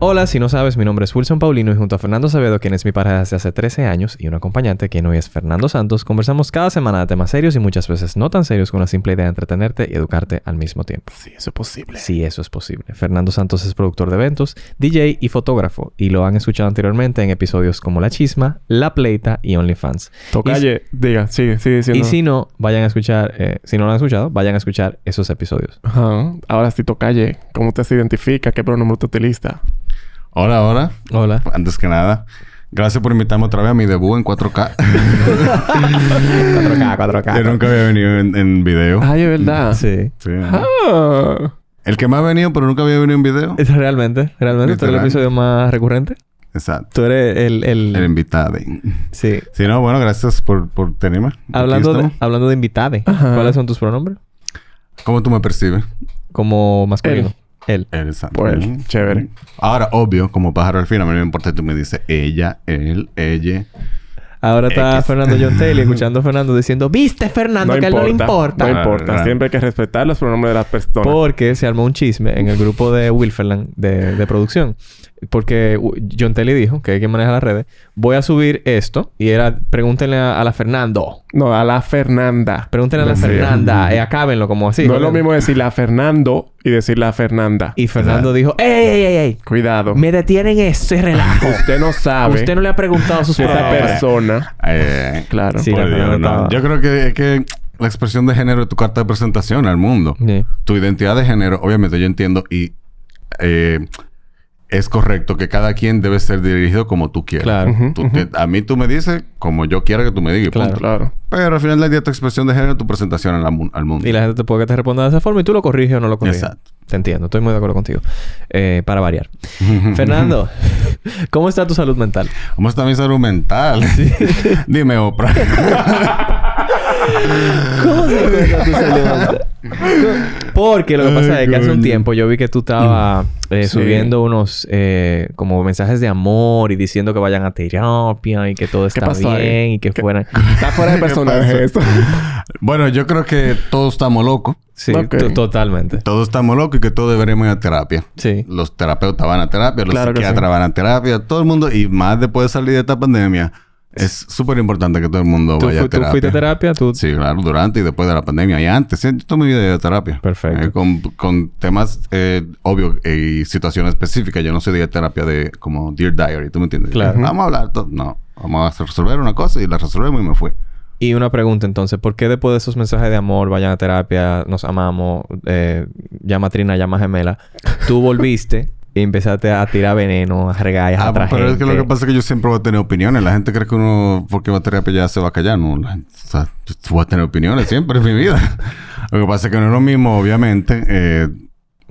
Hola, si no sabes, mi nombre es Wilson Paulino y junto a Fernando Acevedo, quien es mi pareja desde hace 13 años y un acompañante, quien hoy es Fernando Santos, conversamos cada semana de temas serios y muchas veces no tan serios con la simple idea de entretenerte y educarte al mismo tiempo. Sí, eso es posible. Si eso es posible. Fernando Santos es productor de eventos, DJ y fotógrafo y lo han escuchado anteriormente en episodios como La Chisma, La Pleita y OnlyFans. Tocalle, diga, sigue, Y, sigue diciendo. si no, vayan a escuchar, eh, si no lo han escuchado, vayan a escuchar esos episodios. Ajá. Ahora sí, Tocalle, ¿cómo usted se identifica? ¿Qué pronombre usted utiliza? Hola, hola. Hola. Antes que nada, gracias por invitarme otra vez a mi debut en 4K. 4K, 4K. Yo nunca había venido en, en video. Ay, es verdad. Sí. Sí. Ah. El que más ha venido, pero nunca había venido en video. Es Realmente, realmente. ¿Tú eres el Literal. episodio más recurrente? Exacto. Tú eres el... El invitado. Sí. Sí, no, bueno, gracias por, por tenerme. Aquí Hablando de, estamos. hablando de invitade, Ajá. ¿cuáles son tus pronombres? ¿Cómo tú me percibes? Como masculino. Él. Él, exacto. Pues, Ujú. chévere. Mm. Ahora, obvio, como pájaro al fin, a mí no me importa si tú me dices ella, él, ella. Ahora está X. Fernando John Taylor escuchando a Fernando diciendo, viste Fernando, que a él no le importa. No Ah, importa. verdad. Siempre hay que respetar los pronombres de las personas. Porque se armó un chisme en el grupo de Wilferland de, de producción. Porque uh, John Telly dijo, que hay quien maneja las redes, voy a subir esto. Y era, pregúntenle a, a la Fernando. No, a la Fernanda. Pregúntenle a la Decía. Fernanda. Eh, acábenlo como así. no es lo mismo decir la Fernando y decir la Fernanda. Y Fernando dijo, ¡Ey, ey, ey, ey! Cuidado. Me detienen esto y relajo. Usted no A sabe usted no le ha preguntado sus si esa pronombres. persona... Eh, Claro. Sí, por la Dios, palabra no. estaba- Yo creo que es que la expresión de género es tu carta de presentación al mundo. Sí. tu identidad de género, obviamente yo entiendo y eh, es correcto que cada quien debe ser dirigido como tú quieras. Claro. Tú te- a mí tú me dices como yo quiera que tú me digas. y Claro. punto. Claro. Pero al final del día tu expresión de género es tu presentación al, mu- al mundo. Y la gente te puede que te responda de esa forma y tú lo corriges o no lo corriges. Exacto. Te entiendo, estoy muy de acuerdo contigo. Eh, para variar. Fernando, ¿cómo está tu salud mental? ¿Cómo está mi salud mental? Dime, Oprah. ¿Cómo se encuentra tu salud mental? Porque lo que pasa es que hace un tiempo yo vi que tú estabas eh, Sí. subiendo unos eh, como mensajes de amor y diciendo que vayan a terapia y que todo está pasó ahí? bien y que fueran. Está fuera de personaje esto. bueno, yo creo que todos estamos locos. Sí, Ok. to- totalmente. Todos estamos locos y que todos deberíamos ir a terapia. Sí. Los terapeutas van a terapia, los Claro que psiquiatras sí. van a terapia, todo el mundo, y más después de salir de esta pandemia, es súper importante que todo el mundo ¿Tú, vaya fu- a tú terapia. fuiste a terapia? ¿Tú... Sí, claro, durante y después de la pandemia. Y antes, sí, yo toda mi vida de terapia. Perfecto. Eh, con, con temas eh, obvios eh, y situaciones específicas. Yo no soy de terapia de como Dear Diary, ¿tú me entiendes? Claro. Vamos a hablar, to- no, vamos a resolver una cosa y la resolvemos y me fui. Y una pregunta entonces, ¿por qué después de esos mensajes de amor, vayan a terapia, nos amamos, eh, llama trina, llama gemela, tú volviste y empezaste a tirar veneno, a regar, a Ah, atraer pero es que lo que pasa es que yo siempre voy a tener opiniones. La gente cree que uno, porque va a terapia ya se va a callar. No, la gente- o sea, yo voy a tener opiniones siempre en mi vida. lo que pasa es que no es lo mismo, obviamente. eh,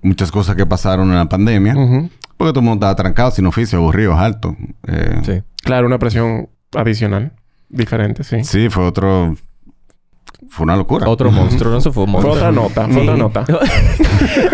muchas cosas que pasaron en la pandemia. Ujú. Porque todo el mundo estaba trancado, sin oficio, aburrido, alto. Eh, Sí. Claro, una presión adicional. Diferente, sí. Sí, fue otro. Fue una locura. Otro monstruo, no eso fue un Fue monstruo. otra nota, fue otra nota.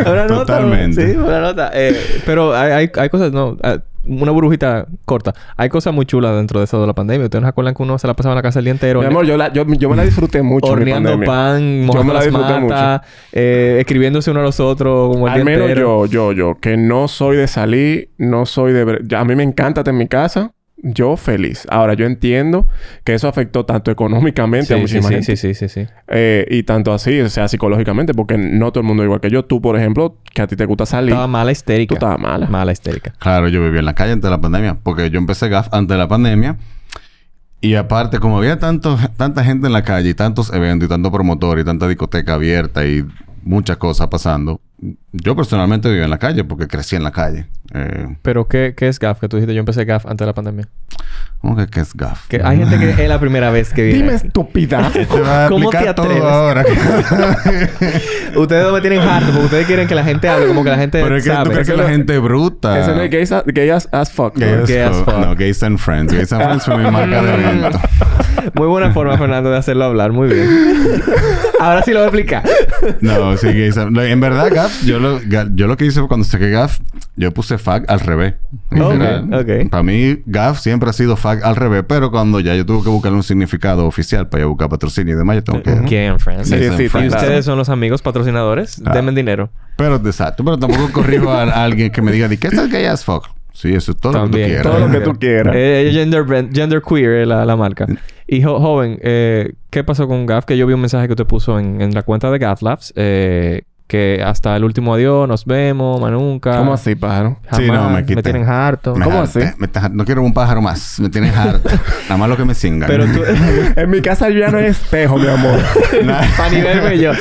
una nota. Totalmente. Sí, una nota. Eh, pero hay, hay, hay cosas, no, ah, una burbujita corta. Hay cosas muy chulas dentro de eso de la pandemia. ¿Ustedes no se acuerdan que uno se la pasaba en la casa el día entero? Mi amor, yo, la, yo, yo me la disfruté mucho. mi Horneando pandemia. pan, mojando me la las disfruté matas, eh, escribiéndose uno a los otros como el Al día menos entero. yo, yo, yo, que no soy de salir, no soy de... ver- ya, A mí me encanta estar en mi casa. Yo feliz. Ahora, yo entiendo que eso afectó tanto económicamente Sí, a sí, muchísima sí, gente. sí, sí, sí, sí. eh, y tanto así, o sea, psicológicamente, porque no todo el mundo es igual que yo. Tú, por ejemplo, que a ti te gusta salir. Estaba mala histérica. Tú estabas mala. Mala histérica. Claro, yo vivía en la calle antes de la pandemia. Porque yo empecé GAF antes de la pandemia. Y aparte, como había tanto, tanta gente en la calle y tantos eventos y tanto promotor y tanta discoteca abierta y muchas cosas pasando, Yo personalmente vivo en la calle porque crecí en la calle. Eh, Pero, ¿qué, qué es GAF? Que tú dijiste, yo empecé GAF antes de la pandemia. ¿Cómo que qué es GAF? Que hay gente que es la primera vez que Dime viene. estúpida. Te va a ¿Cómo te explicar todo atreves? ahora. Ustedes no me tienen harto porque ustedes quieren que la gente hable como que la gente Pero es que sabe. tú crees que Eso la no- gente es bruta. Ese no es gays, a- gay as, as fuck. Gay ¿no? as Gay as fuck. fuck. No, Gays and Friends. Gays and Friends fue mi marca de evento. Mm. Muy buena forma, Fernando, de hacerlo hablar. Muy bien. Ahora sí lo voy a explicar. No, sí, Gays and... En verdad, Gaf, yo lo, Ga- yo lo que hice cuando saqué Gaf, yo puse FAG al revés. Ok, ok. Para mí, Gaf siempre ha sido FAG al revés, pero cuando ya yo tuve que buscar un significado oficial para ir a buscar patrocinio y demás, yo tengo que... Gay and friends. Gays Sí, and sí, Y Friends. claro. ustedes son los amigos patrocinadores. Denme dinero. Pero exacto, pero tampoco corrijo a, a alguien que me diga, "Di, ¿qué es el gay as fuck? Sí, eso es todo También. lo que tú Todo quieras. lo que tú quieras. Eh, eh, gender, brand- gender queer es la, la marca. Y jo- joven, eh, ¿qué pasó con Gaf? Que yo vi un mensaje que usted puso en, en la cuenta de Gaf Labs. eh, que hasta el último adiós, nos vemos, más nunca. ¿Cómo así, pájaro? Jamás, Sí, no, me me, quité. tienen harto. Me ¿Cómo harté, así? me está- no quiero un pájaro más. Me tienes harto. Nada más lo que me singan. Pero tú... En mi casa ya no hay espejo, mi amor. Nada. Pa' ni verme yo.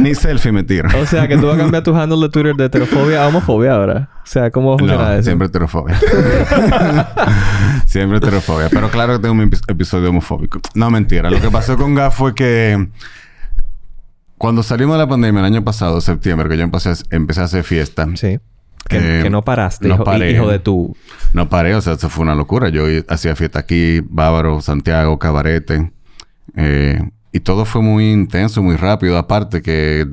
Ni selfie me tiro. O sea, que tú vas a cambiar tu handle de Twitter de heterofobia a homofobia ahora. O sea, ¿cómo funciona No, eso? siempre heterofobia. siempre heterofobia. Pero claro que tengo un epi- episodio homofóbico. No, mentira. Lo que pasó con Gaf fue que... Cuando salimos de la pandemia el año pasado, septiembre, que yo empecé a, empecé a hacer fiesta, Sí. Que, Eh, que no paraste, no hijo, paré. hijo de tu... no paré, o sea, eso fue una locura. Yo i- hacía fiesta aquí, Bávaro, Santiago, Cabarete, eh, y todo fue muy intenso, muy rápido. Aparte que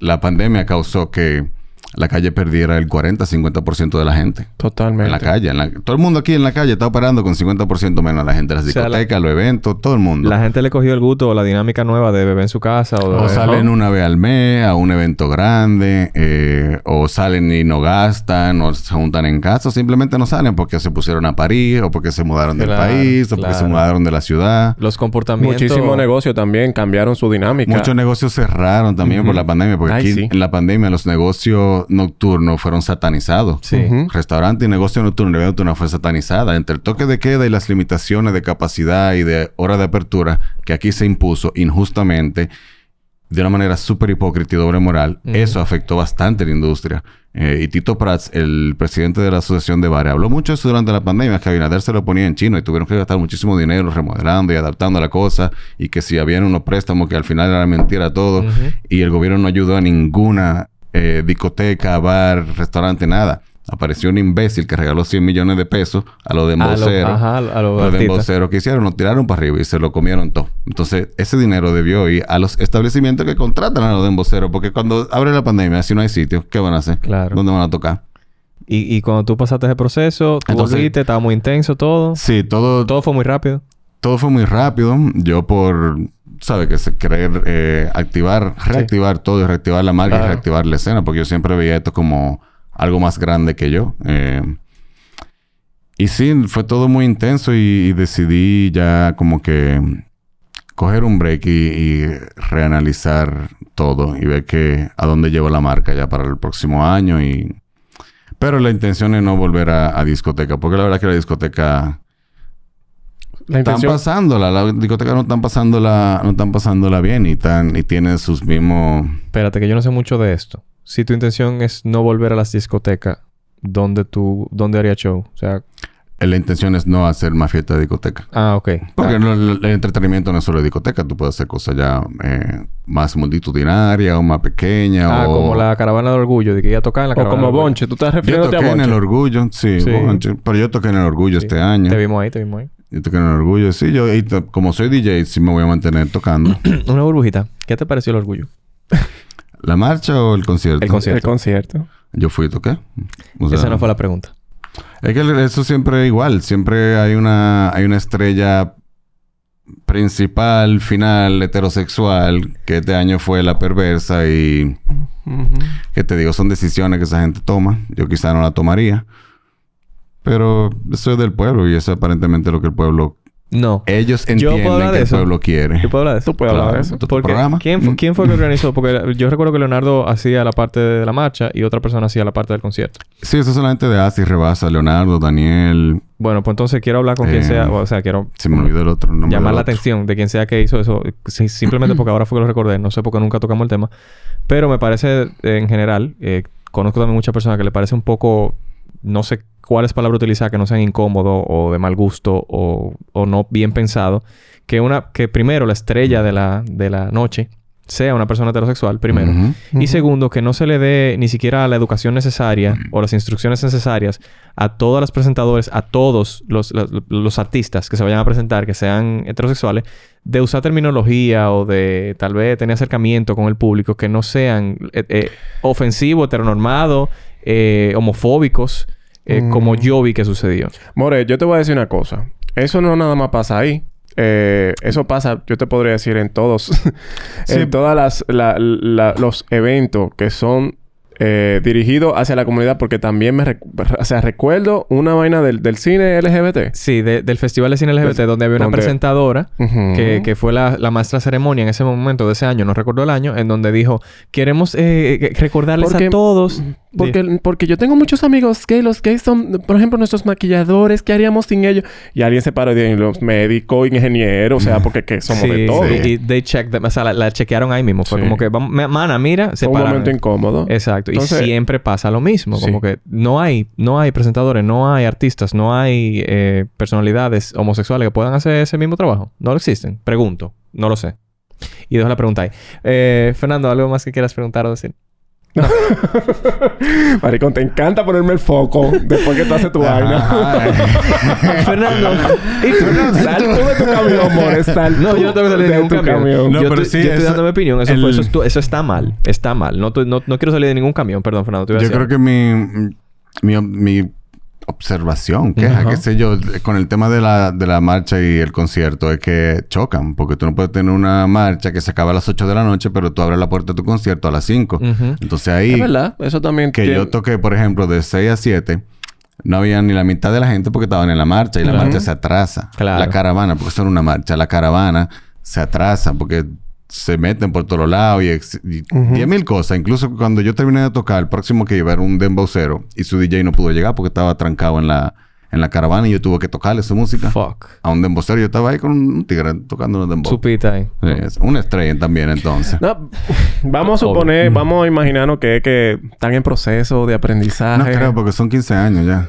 la pandemia causó que la calle perdiera el 40-50% de la gente. Totalmente. En la calle, en la- todo el mundo aquí en la calle está operando con 50% menos la gente, las sea, la- discotecas, los eventos, todo el mundo. La gente le cogió el gusto o la dinámica nueva de beber en su casa o... de- O salen una vez al mes a un evento grande, eh, o salen y no gastan, o se juntan en casa, o simplemente no salen porque se pusieron a París, o porque se mudaron del Claro, país, o porque se claro. mudaron de la ciudad. Los comportamientos... Muchísimo negocio también cambiaron su dinámica. Muchos negocios cerraron también por la pandemia, porque Ay, aquí sí. en la pandemia los negocios nocturnos fueron satanizados. Sí. Ujú. Restaurante y negocio nocturno, la vida nocturna fue satanizada. Entre el toque de queda y las limitaciones de capacidad y de hora de apertura que aquí se impuso injustamente, de una manera súper hipócrita y doble moral, eso afectó bastante la industria. Eh, y Tito Prats, el presidente de la Asociación de Bares, habló mucho de eso durante la pandemia, que Abinader se lo ponía en chino y tuvieron que gastar muchísimo dinero remodelando y adaptando la cosa, y que si habían unos préstamos que al final era mentira todo, y el gobierno no ayudó a ninguna eh, discoteca, bar, restaurante, nada. Apareció un imbécil que regaló 100 millones de pesos a los de A los- embolseros. ajá, a los Los artistas. de embolseros que hicieron, lo tiraron para arriba y se lo comieron todo. Entonces, ese dinero debió ir a los establecimientos que contratan a los de embolseros, porque cuando abre la pandemia, si no hay sitios, ¿qué van a hacer? Claro. ¿Dónde van a tocar? Y, y cuando tú pasaste ese proceso, tú Entonces- volviste, estaba muy intenso todo. Sí, todo, Todo fue muy rápido. todo fue muy rápido. Yo por, sabe que se- querer eh, activar, reactivar todo y reactivar la marca y Claro. reactivar la escena, porque yo siempre veía esto como algo más grande que yo. Eh, y sí, fue todo muy intenso y, y decidí ya como que coger un break y, y reanalizar todo y ver que a dónde llevo la marca ya para el próximo año y pero la intención es no volver a, a discoteca porque la verdad que la discoteca La están intención... pasándola, las discotecas no están pasándola, no están pasándola bien y están, y tienen sus mismos Espérate, que yo no sé mucho de esto. Si tu intención es no volver a las discotecas, ¿dónde tú... ¿Dónde haría show? O sea... eh, la intención es no hacer más fiesta de discoteca. Ah, ok. Porque Ah, no- el, el entretenimiento no es solo discoteca, tú puedes hacer cosas ya eh, más multitudinarias o más pequeñas. ah, o... como la caravana del orgullo, de que iba a tocar en la O caravana como del orgullo. Bonche. ¿Tú estás Yo refiriéndote a toqué en el Bonche? orgullo, sí, Sí. bonche. pero yo toqué en el orgullo este año. Te vimos ahí, te vimos ahí. Yo toqué en el orgullo, sí, yo y to- como soy DJ, sí me voy a mantener tocando. Una burbujita. ¿Qué te pareció el orgullo? ¿La marcha o el concierto? El concierto. El concierto. Yo fui y toqué. O sea, Esa no fue la pregunta. Es que el- eso siempre es igual. Siempre hay una, hay una estrella principal, final, heterosexual, que este año fue la perversa y que te digo, son decisiones que esa gente toma. Yo quizá no la tomaría. Pero eso es del pueblo y eso es aparentemente lo que el pueblo... No. Ellos puedo entienden hablar de que el eso? pueblo quiere. ¿Yo puedo hablar de eso? Mm. Tú puedes hablar de Claro. eso. ¿Tu Porque, programa? ¿quién, fu- quién fue que organizó? Porque yo recuerdo que Leonardo hacía la parte de la marcha y otra persona hacía la parte del concierto. Sí, eso es la gente de Asi, Rebasa, Leonardo, Daniel... Bueno, pues entonces quiero hablar con Eh, quien sea, o sea, quiero Se me olvidó el otro nombre. llamar del la otro. atención de quien sea que hizo eso, si- simplemente porque ahora fue que lo recordé, no sé por qué nunca tocamos el tema, pero me parece eh, en general, eh, conozco también muchas personas que le parece un poco, no sé cuáles palabras utilizar que no sean incómodo o de mal gusto o, o no bien pensado, que una que primero la estrella de la, de la noche sea una persona heterosexual, primero. Ujú. Y segundo, que no se le dé ni siquiera la educación necesaria o las instrucciones necesarias a todas las presentadoras, a todos los, los- los artistas que se vayan a presentar, que sean heterosexuales, de usar terminología o de tal vez tener acercamiento con el público que no sean eh, eh, ofensivos, heteronormados, eh, homofóbicos, eh, Mm. como yo vi que sucedió. More, yo te voy a decir una cosa. Eso no nada más pasa ahí. Eh, eso pasa, yo te podría decir, en todos. en todas las... la- la- los eventos que son eh, dirigidos hacia la comunidad. Porque también me... recu- O sea, recuerdo una vaina del, del cine LGBT. Sí, de- del Festival de Cine LGBT, donde había una donde- presentadora Ujú. que, que fue la, la maestra ceremonia en ese momento de ese año, no recuerdo el año, en donde dijo, queremos eh, que- recordarles Porque- a todos. Porque, porque yo tengo muchos amigos gay. Los gays son, por ejemplo, nuestros maquilladores. ¿Qué haríamos sin ellos? Y alguien se paró y dijo, los médicos, ingenieros. O sea, porque que somos Sí, de todo. sí, Y, they checked them. O sea, la, la chequearon ahí mismo. Fue Sí. como que, vamos, me- mana, mira, se Fue un pararon. momento incómodo. Exacto. Entonces- y siempre pasa lo mismo. Como Sí. que no hay, no hay presentadores, no hay artistas, no hay eh, personalidades homosexuales que puedan hacer ese mismo trabajo. No lo existen. Pregunto. No lo sé. Y dejo la pregunta ahí. Eh, Fernando, ¿algo más que quieras preguntar o decir? Maricón, te encanta ponerme el foco después que tú haces tu vaina. Fernando, ¿y tú? Sal tú de tu camión, more. Sal No, tú yo no tengo que salir de ningún tu camión. No, yo pero te- sí, yo estoy eso- dando mi opinión. Eso, el- fue- eso, estu- eso está mal. Está mal. No, tu- no, no quiero salir de ningún camión. Perdón, Fernando. te iba a Yo decir. creo que mi, mi, mi observación, queja, qué sé yo, con el tema de la, de la marcha y el concierto es que chocan, porque tú no puedes tener una marcha que se acaba a las 8 de la noche, pero tú abres la puerta de tu concierto a las 5. Ujú. Entonces ahí... Es verdad. Eso también... que tiene- yo toqué, por ejemplo, de 6 a 7, no había ni la mitad de la gente porque estaban en la marcha y la marcha se atrasa. Claro. La caravana, porque eso era una marcha, la caravana se atrasa porque se meten por todos lados y, ex- y 10.000 cosas. Incluso cuando yo terminé de tocar, el próximo que iba era un dembocero y su DJ no pudo llegar porque estaba trancado en la, en la caravana y yo tuve que tocarle su música. Fuck. A un dembocero, yo estaba ahí con un tigre tocando un dembow. Supita ahí. Sí, es una estrella también, entonces. No, vamos a Mm. suponer, vamos a imaginarnos que es que están en proceso de aprendizaje. No creo, porque son 15 años ya.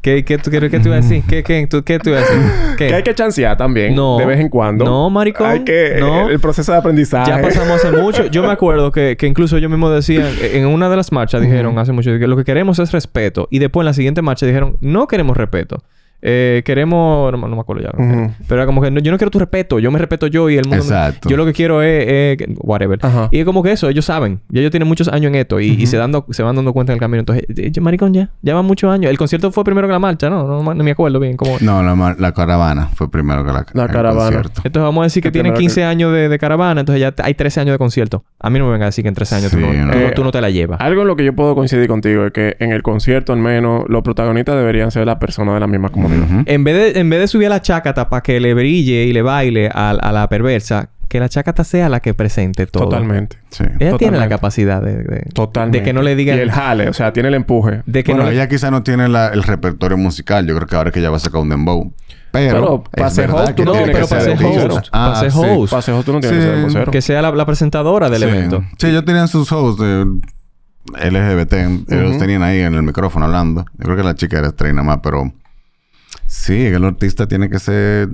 ¿Qué, qué, tú, qué, qué te iba a decir? ¿Qué, qué, tú, qué te iba a decir? ¿Qué? Que hay que chancear también. No. De vez en cuando. No, maricón. Hay que... No. El proceso de aprendizaje. Ya pasamos hace mucho. Yo me acuerdo que, que incluso ellos mismos decían, e-, en una de las marchas dijeron hace mucho que lo que queremos es respeto. Y después en la siguiente marcha dijeron, no queremos respeto. Eh, queremos, no, no me acuerdo ya. Ujú. Pero era como que "No, yo no quiero tu respeto, yo me respeto yo y el mundo. me- Exacto. Yo lo que quiero es, es que- whatever. Ajá. Y es como que eso, ellos saben. Ya ellos tienen muchos años en esto y, y se, dando, se van dando cuenta en el camino. Entonces, eh, eh, maricón, ya, ya van muchos años. El concierto fue primero que la marcha, ¿no? No, no me acuerdo bien. Como, No, la, mar- la caravana fue primero que la, La el caravana. concierto. Entonces vamos a decir que Este Que tienen primero 15 años de, de caravana, entonces ya te- hay 13 años de concierto. A mí no me vengan a decir que en 13 años tú, Sí, no, no. tú no- Eh, tú no te la llevas. Algo en lo que yo puedo coincidir contigo es que en el concierto, al menos, los protagonistas deberían ser las personas de la misma comunidad. Ujú. En vez, de, en vez de subir a la chácata para que le brille y le baile a, a la perversa, que la chácata sea la que presente todo. Totalmente. Sí. Ella tiene la Totalmente. capacidad de, de, Totalmente. de que no le digan. Y el jale, o sea, tiene el empuje. de que bueno, no le- ella quizá no tiene la- el repertorio musical. Yo creo que ahora es que ella va a sacar un dembow. Pero, Pero para es ser verdad host, que tú no tiene tienes que que ser ser host. artista. Ah, Para ser sí. host. Para ser host, tú no tienes que Sí. ser vocero. que sea la, la presentadora del Sí. evento. Sí, ellos tenían sus hosts de LGBT. Ellos tenían ahí en el micrófono hablando. Yo creo que la chica era estrella nada más, pero... Sí, que el artista tiene que ser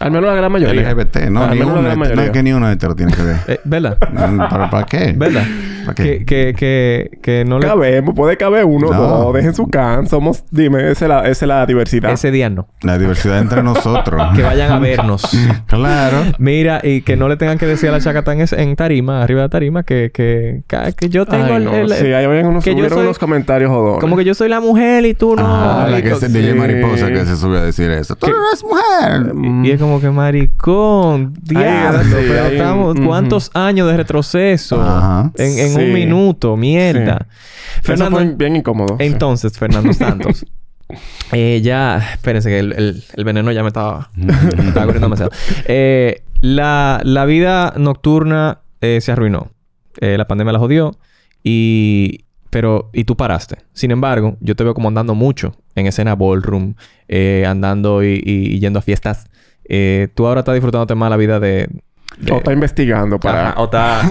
Al menos la gran mayoría. LGBT, ¿no? Al Ni menos la una, gran no mayoría. es que ni una hetero tiene que ser. Eh, ¿Verdad? No, ¿Para, para qué? ¿Verdad? ¿Para qué? que, que, que, que no le. Cabemos, puede caber uno, No. dos, dejen su can, somos, dime, esa es la, esa es la diversidad. Ese día no. La diversidad entre nosotros. Que vayan a vernos. Claro. Mira, y que no le tengan que decir a la chacata en, es- en tarima, arriba de tarima, que, que, ca- que yo tengo Ay, el, no, el- sí, ahí habían unos, que yo subieron soy- unos comentarios jodones. Como que yo soy la mujer y tú no. Ah, la que marico. se DJ sí. Mariposa que se sube a decir eso. Tú no eres mujer. Mm. Y es como que maricón, diablo, sí, pero hay un- estamos... ujú. ¿Cuántos años de retroceso? Ajá. En, en Sí. un minuto, mierda. Eso Fernando, fue bien incómodo. sí. entonces, Fernando Santos. eh, ya, espérense que el, el- el veneno ya me estaba, me estaba corriendo demasiado. Eh, la, la vida nocturna eh, se arruinó. Eh, la pandemia la jodió y... Pero... Y tú paraste. Sin embargo, yo te veo como andando mucho en escena ballroom. eh, andando y, y- y yendo a fiestas. Eh, tú ahora estás disfrutándote más la vida de... de- O está investigando para Ajá, o está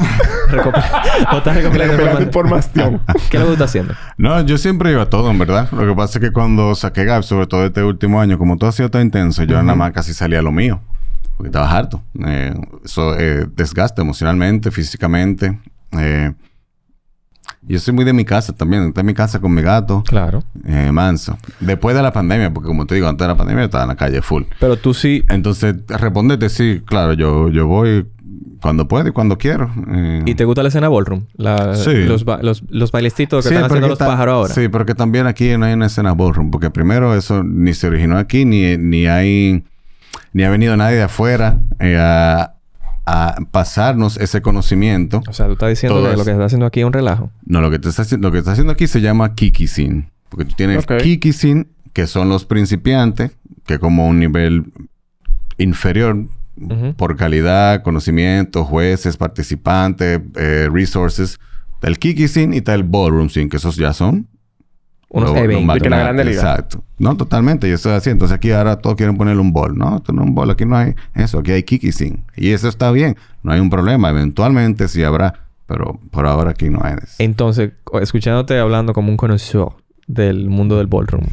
recopi- o está recopilando recuperar información. información. ¿Qué le gusta haciendo? No, yo siempre iba a todo, en verdad. Lo que pasa es que cuando saqué Gap, sobre todo este último año, como todo ha sido tan intenso, yo nada más casi salía a lo mío. Porque estaba harto. Eh, eso eh, desgasta emocionalmente, físicamente. Eh, yo soy muy de mi casa también. Está en mi casa con mi gato, Claro. eh, manso. Después de la pandemia, porque como te digo, antes de la pandemia yo estaba en la calle full. Pero tú sí. Entonces, respondete, sí, claro, yo, yo voy cuando puedo y cuando quiero. Eh, ¿Y te gusta la escena ballroom? La- Sí. los, ba- los, los bailecitos que Sí, están pero haciendo que los ta- pájaros ahora. Sí, pero que también aquí no hay una escena ballroom, porque primero eso ni se originó aquí, ni, ni hay, ni ha venido nadie de afuera eh, a, a pasarnos ese conocimiento. O sea, tú estás diciendo Todo que eso. lo que estás haciendo aquí es un relajo. No, lo que, te está, haci- lo que está haciendo aquí se llama kikisin, porque tú tienes Ok. kikisin, que son los principiantes, que como un nivel inferior. Ujú. Por calidad, conocimiento, jueces, participantes, eh, resources. Está el kikisin y está el ballroom sin, que esos ya son Unos lo- lo eventos. más De que la grande, Grande Liga. Exacto. No, totalmente. Yo estoy así. Entonces aquí ahora todos quieren ponerle un bol. No, esto no es un bol. Aquí no hay eso. Aquí hay kikising. Y eso está bien. No hay un problema. Eventualmente sí habrá. Pero por ahora aquí no hay. eso. Entonces, o- escuchándote hablando como un conocedor del mundo del ballroom,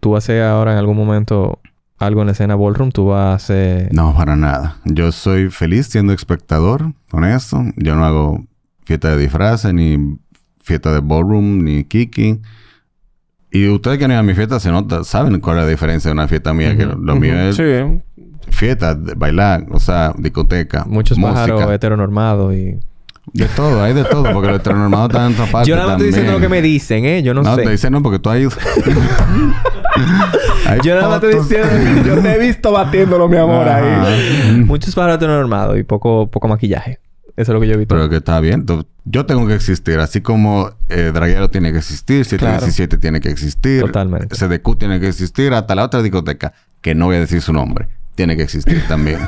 ¿tú haces ahora en algún momento algo en la escena ballroom? ¿Tú vas a hacer...? No, para nada. Yo soy feliz siendo espectador con esto. Yo no hago fiesta de disfraces, ni fiesta de ballroom, ni kiki. Y ustedes que han ido a mi fiesta se nota, saben cuál es la diferencia de una fiesta mía, que lo, lo mío es Sí, ¿eh? fiesta, de bailar, o sea, discoteca, Muchos pájaros eh, música. heteronormados y... De todo, hay de todo, porque los heteronormados están en esa parte. Yo nada más estoy diciendo lo que me dicen, ¿eh? Yo no, No, sé. te dicen no, porque tú ahí. Hay Yo nada más estoy fotos. diciendo... Yo te he visto batiéndolo, mi amor, ahí. Ajá. Muchos pájaros heteronormados y poco, poco maquillaje. Eso es lo que yo he visto. Pero que está bien. tú- Yo tengo que existir. Así como eh, Draguero tiene que existir, 717 tiene que existir. Totalmente. CDQ tiene que existir. Hasta la otra discoteca, que no voy a decir su nombre, tiene que existir también.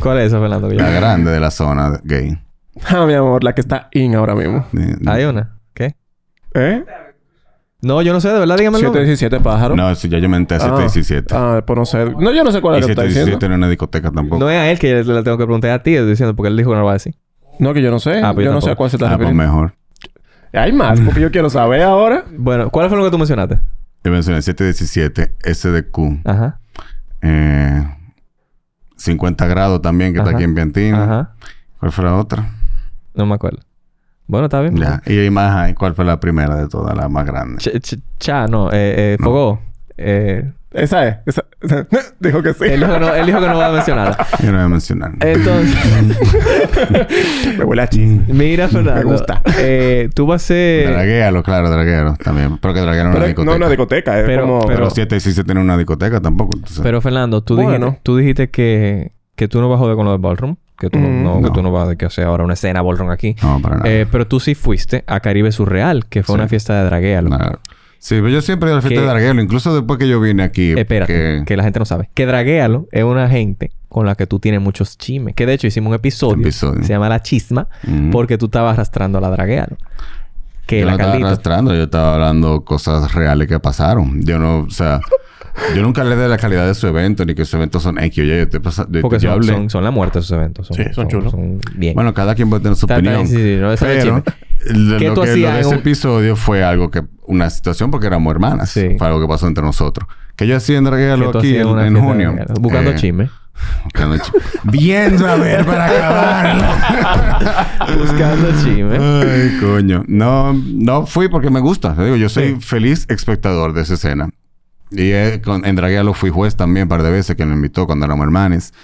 ¿Cuál es esa, Fernando? Que yo- la grande de la zona gay. Ah, mi amor, la que está in ahora mismo. Eh, Hay una. ¿Qué? ¿Eh? No, yo no sé. De verdad, dígame el nombre. 717 pájaros. No, eso ya yo me enteré a 717. Ah, pues no sé. No, yo no sé cuál y es la que está diciendo. 717 no es una discoteca tampoco. No es a él que le le tengo que preguntar a ti. Estoy diciendo porque él dijo que no lo va a decir. No, que yo no sé. Ah, pues yo yo no sé tampoco. a cuál se está Ah, pues refiriendo. mejor. Hay más, porque yo quiero saber ahora. Bueno, ¿cuál fue lo que tú mencionaste? Yo mencioné 717, SDQ. Ajá. Eh, 50 grados también, que Ajá. está aquí en Piantino. Ajá. ¿Cuál fue la otra? No me acuerdo. Bueno, está bien. Ya. Y hay más ahí. ¿Cuál fue la primera de todas? La más grande. Ch- ch- cha, no. Eh, eh, Fogó. Eh, Esa es. Esa, esa- Dijo que sí. él, dijo que no, él dijo que no va a mencionar. Yo no voy a mencionar. Entonces, Me huele a Mm. chisme. mira, Fernando. Me gusta. Eh, tú vas a ser... Draguéalo, claro, draguero también. Pero que draguero no es una Pero, discoteca. no, una discoteca. Es Pero- como... Pero pero- 717 tiene una discoteca tampoco. entonces- Pero, Fernando, tú, Bueno. dijiste, tú dijiste que, que tú no vas a joder con lo del ballroom. Que tú no, Mm. no- que No. tú no vas a que hacer ahora una escena ballroom aquí. no, para nada. Eh, pero tú sí fuiste a Caribe Surreal, que fue Sí. una fiesta de draguea. loco. Nada. Sí, pero yo siempre he ido a la fiesta Que- Eh, de draguero. Incluso después que yo vine aquí. Espérate, que- que... la gente no sabe. Que Draguealo es una gente con la que tú tienes muchos chismes. Que de hecho hicimos un episodio. Episodio. Se llama La Chisma. Ujú. Porque tú estabas arrastrando a la Draguealo. Que yo la no estaba Carlita. arrastrando, yo estaba hablando cosas reales que pasaron. Yo no, o sea, yo nunca hablé de la calidad de su evento, ni que su evento son X o Y. Yo te pasa- yo- Porque yo son, hablé. son, son la muerte esos eventos. Son, Sí, son chulos. Son bien. Bueno, cada quien puede tener su Está- está opinión. bien, sí, sí, no, eso no es pero lo, ¿Qué lo tú que, lo hacías de en ese un- episodio fue algo que, una situación porque éramos hermanas. Sí. Fue algo que pasó entre nosotros. Que yo hacía en Que Draguelo tú aquí hacías en, una en fiesta de junio. Draguealo. Buscando Eh, chisme. buscando chisme. Viendo a ver para acabarla. Buscando chisme. Ay, coño. No, no fui porque me gusta. Te digo, yo soy feliz espectador de esa escena. Y eh, con, en Draguealo fui juez también un par de veces que lo invitó cuando éramos hermanes.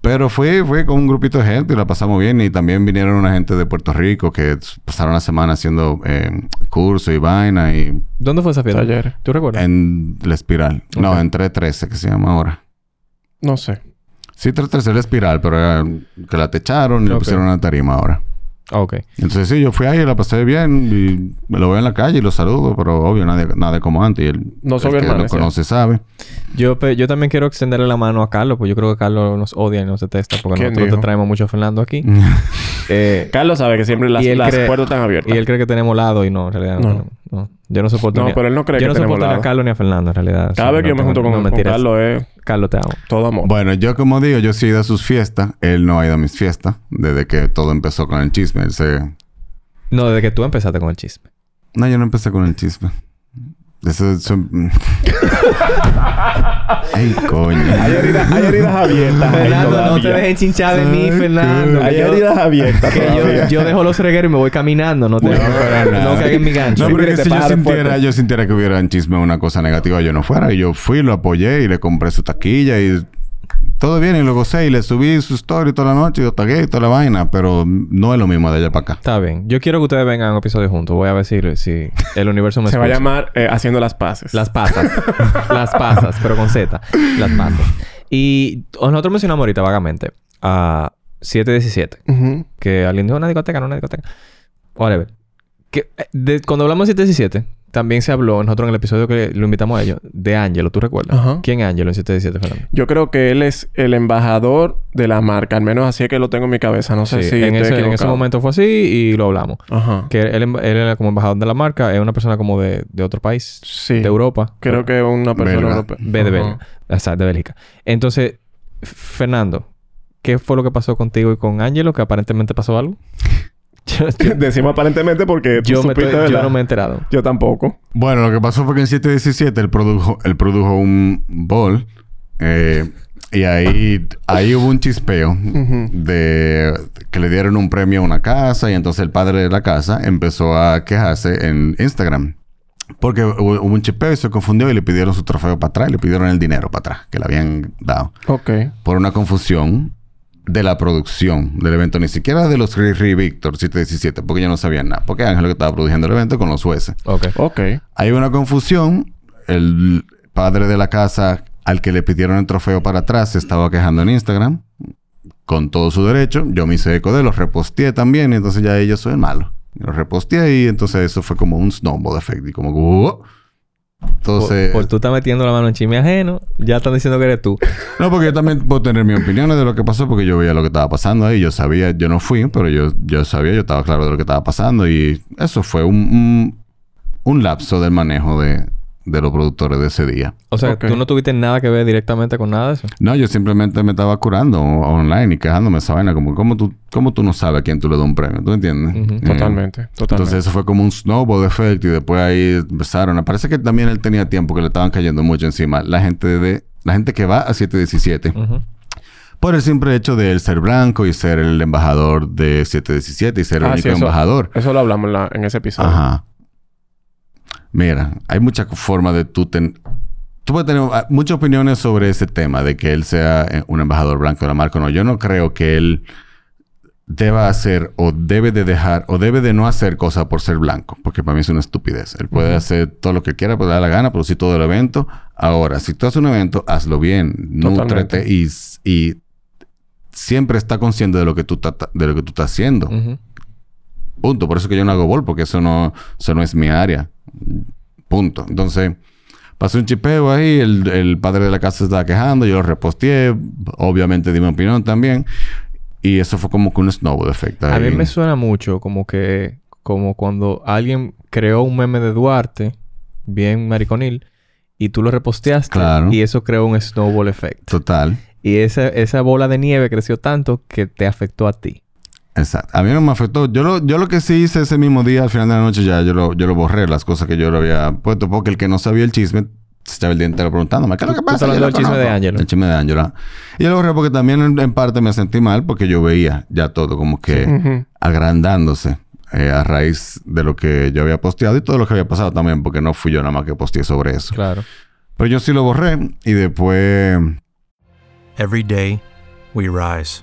Pero fui, fui con un grupito de gente y la pasamos bien. Y también vinieron una gente de Puerto Rico que s- pasaron la semana haciendo eh, curso y vaina y ¿Dónde fue esa fiesta? Taller. ¿Tú recuerdas? en La Espiral. No, Ok. en 313 que se llama ahora. No sé. Sí, 313 La Espiral, pero era que la techaron y le Ok. pusieron una tarima ahora. Ah, ok. Entonces sí, yo fui ahí, la pasé bien y me lo veo en la calle y lo saludo, pero obvio, nadie, nadie como antes. Y el, No son el que lo hermanos, conoce sabe. Yo, pe- yo también quiero extenderle la mano a Carlos, pues yo creo que Carlos nos odia y nos detesta porque ¿Quién nosotros dijo? te traemos mucho a Fernando aquí. Mm. eh, Carlos sabe que siempre las, Y él las cree- puertas están abiertas. Y él cree que tenemos lado y no, en realidad no, No. tenemos. No, yo no soporto No, ni a, pero él no cree yo que no tenemos soporto ni a lado. Carlos ni a Fernando en realidad. Cada Sí, vez no que yo me tengo- junto con, no, con mentiras. Carlos es Carlos te amo. todo amor. Bueno, yo como digo, yo sí he ido a sus fiestas. Él no ha ido a mis fiestas desde que todo empezó con el chisme. Él se... No, desde que tú empezaste con el chisme. No, yo no empecé con el chisme. Eso es... son- Ay, coño. Hay heridas, hay heridas abiertas. ahí todavía. hinchar de mí, Ay, Fernando. Hay heridas abiertas. Que todavía. yo, yo dejo los regueros y me voy caminando. No te No, para nada. no caigas en mi gancho. No, Sí, pero mire, que te si yo paras sintiera, fuerte. yo sintiera que hubiera en chisme una cosa negativa, yo no fuera. Y yo fui, lo apoyé y le compré su taquilla y todo bien. Y lo gocé y le subí su story toda la noche y lo tagué y toda la vaina. Pero no es lo mismo de allá para acá. Está bien. Yo quiero que ustedes vengan a un episodio juntos. Voy a ver si, si el universo me Se va a pues- escucha. llamar eh, Haciendo las Paces. Las pasas. las pasas, pero con Z. Las pasas. Y nosotros mencionamos ahorita vagamente a 717. Ujú. Que alguien dijo una discoteca, no una discoteca. Whatever. Que, eh, de- cuando hablamos de 717, también se habló nosotros en el episodio que lo invitamos a ellos, de Ángelo. ¿Tú recuerdas? Ajá. ¿Quién es Ángelo en 717, Fernando? Yo creo que él es el embajador de la marca. Al menos así es que lo tengo en mi cabeza. No sé Sí, si en, estoy ese, en ese equivocado. momento fue así y lo hablamos. Ajá. Que él, él era como embajador de la marca, es una persona como de, de otro país, Sí. de Europa. Creo que es una persona Belga. europea. Ve de Ajá. Bélgica. O sea, de Bélgica. Entonces, F- Fernando, ¿qué fue lo que pasó contigo y con Ángelo? Que aparentemente pasó algo. yo, yo- Decimos aparentemente porque tú yo me supiste, estoy- yo ¿verdad? no me he enterado. Yo tampoco. Bueno, lo que pasó fue que en 717 él produjo, él produjo un bol eh, y ahí, ahí hubo un chispeo de que le dieron un premio a una casa y entonces el padre de la casa empezó a quejarse en Instagram. Porque hubo hubo un chispeo y se confundió y le pidieron su trofeo para atrás, y le pidieron el dinero para atrás que le habían dado Ok. por una confusión de la producción del evento, ni siquiera de los Riri Victor 717, porque yo no sabía nada, porque Ángel lo que estaba produciendo el evento con los jueces. Ok. Ok. Hay una confusión. El padre de la casa al que le pidieron el trofeo para atrás se estaba quejando en Instagram. Con todo su derecho. Yo me hice eco de él, los reposteé también. Y entonces ya ahí yo soy el malo. Los reposteé y entonces eso fue como un snowball effect. Y como... que, ¡oh! Entonces... Por, por tú estás metiendo la mano en chisme ajeno, ya están diciendo que eres tú. No, porque yo también puedo tener mis opiniones de lo que pasó, porque yo veía lo que estaba pasando ahí. Yo sabía, yo no fui, pero yo, yo sabía, yo estaba claro de lo que estaba pasando. Y eso fue un, un, un lapso del manejo de, de los productores de ese día. O sea, Ok. tú no tuviste nada que ver directamente con nada de eso. No, yo simplemente me estaba curando online y quejándome de esa vaina. Como, ¿cómo tú, cómo tú no sabes a quién tú le das un premio? ¿Tú me entiendes? Ujú. Mm. Totalmente. Totalmente. Entonces eso fue como un snowball effect y después ahí empezaron. Parece que también él tenía tiempo que le estaban cayendo mucho encima. La gente de la gente que va a 717. Ujú. Por el simple hecho de él ser blanco y ser el embajador de 717 y ser el Ah, único sí, eso- embajador. Eso lo hablamos en, la- en ese episodio. Ajá. Mira, hay muchas formas de tú ten... Tú puedes tener ah, muchas opiniones sobre ese tema de que él sea eh, un embajador blanco de la marca o no. Yo no creo que él deba hacer o debe de dejar o debe de no hacer cosas por ser blanco, porque para mí es una estupidez. Él puede hacer todo lo que quiera, pues le da la gana, producir todo el evento. Ahora, si tú haces un evento, hazlo bien, Totalmente. nútrete y, y siempre está consciente de lo que tú, ta- de lo que tú estás haciendo. Ujú. Punto. Por eso que yo no hago bol, porque eso no, eso no es mi área. Punto. Entonces, pasé un chipeo ahí, el, el padre de la casa se estaba quejando, yo lo reposteé, obviamente di mi opinión también. Y eso fue como que un snowball effect. A mí ahí. me suena mucho como que... Como cuando alguien creó un meme de Duarte, bien mariconil, y tú lo reposteaste. Claro. Y eso creó un snowball effect. Total. Y esa, esa bola de nieve creció tanto que te afectó a ti. Exacto. A mí no me afectó. Yo lo, yo lo que sí hice ese mismo día, al final de la noche, ya yo lo, yo lo borré, las cosas que yo le había puesto, porque el que no sabía el chisme se estaba el día entero preguntándome, ¿qué es lo que Tú- tú pasa? estás Yo hablando lo del chisme de conozco. Ángelo. El chisme de Ángela. Y yo lo borré porque también en, en parte me sentí mal, porque yo veía ya todo como que Ujú. agrandándose eh, a raíz de lo que yo había posteado y todo lo que había pasado también, porque no fui yo nada más que posteé sobre eso. Claro. Pero yo sí lo borré y después Every day, we rise,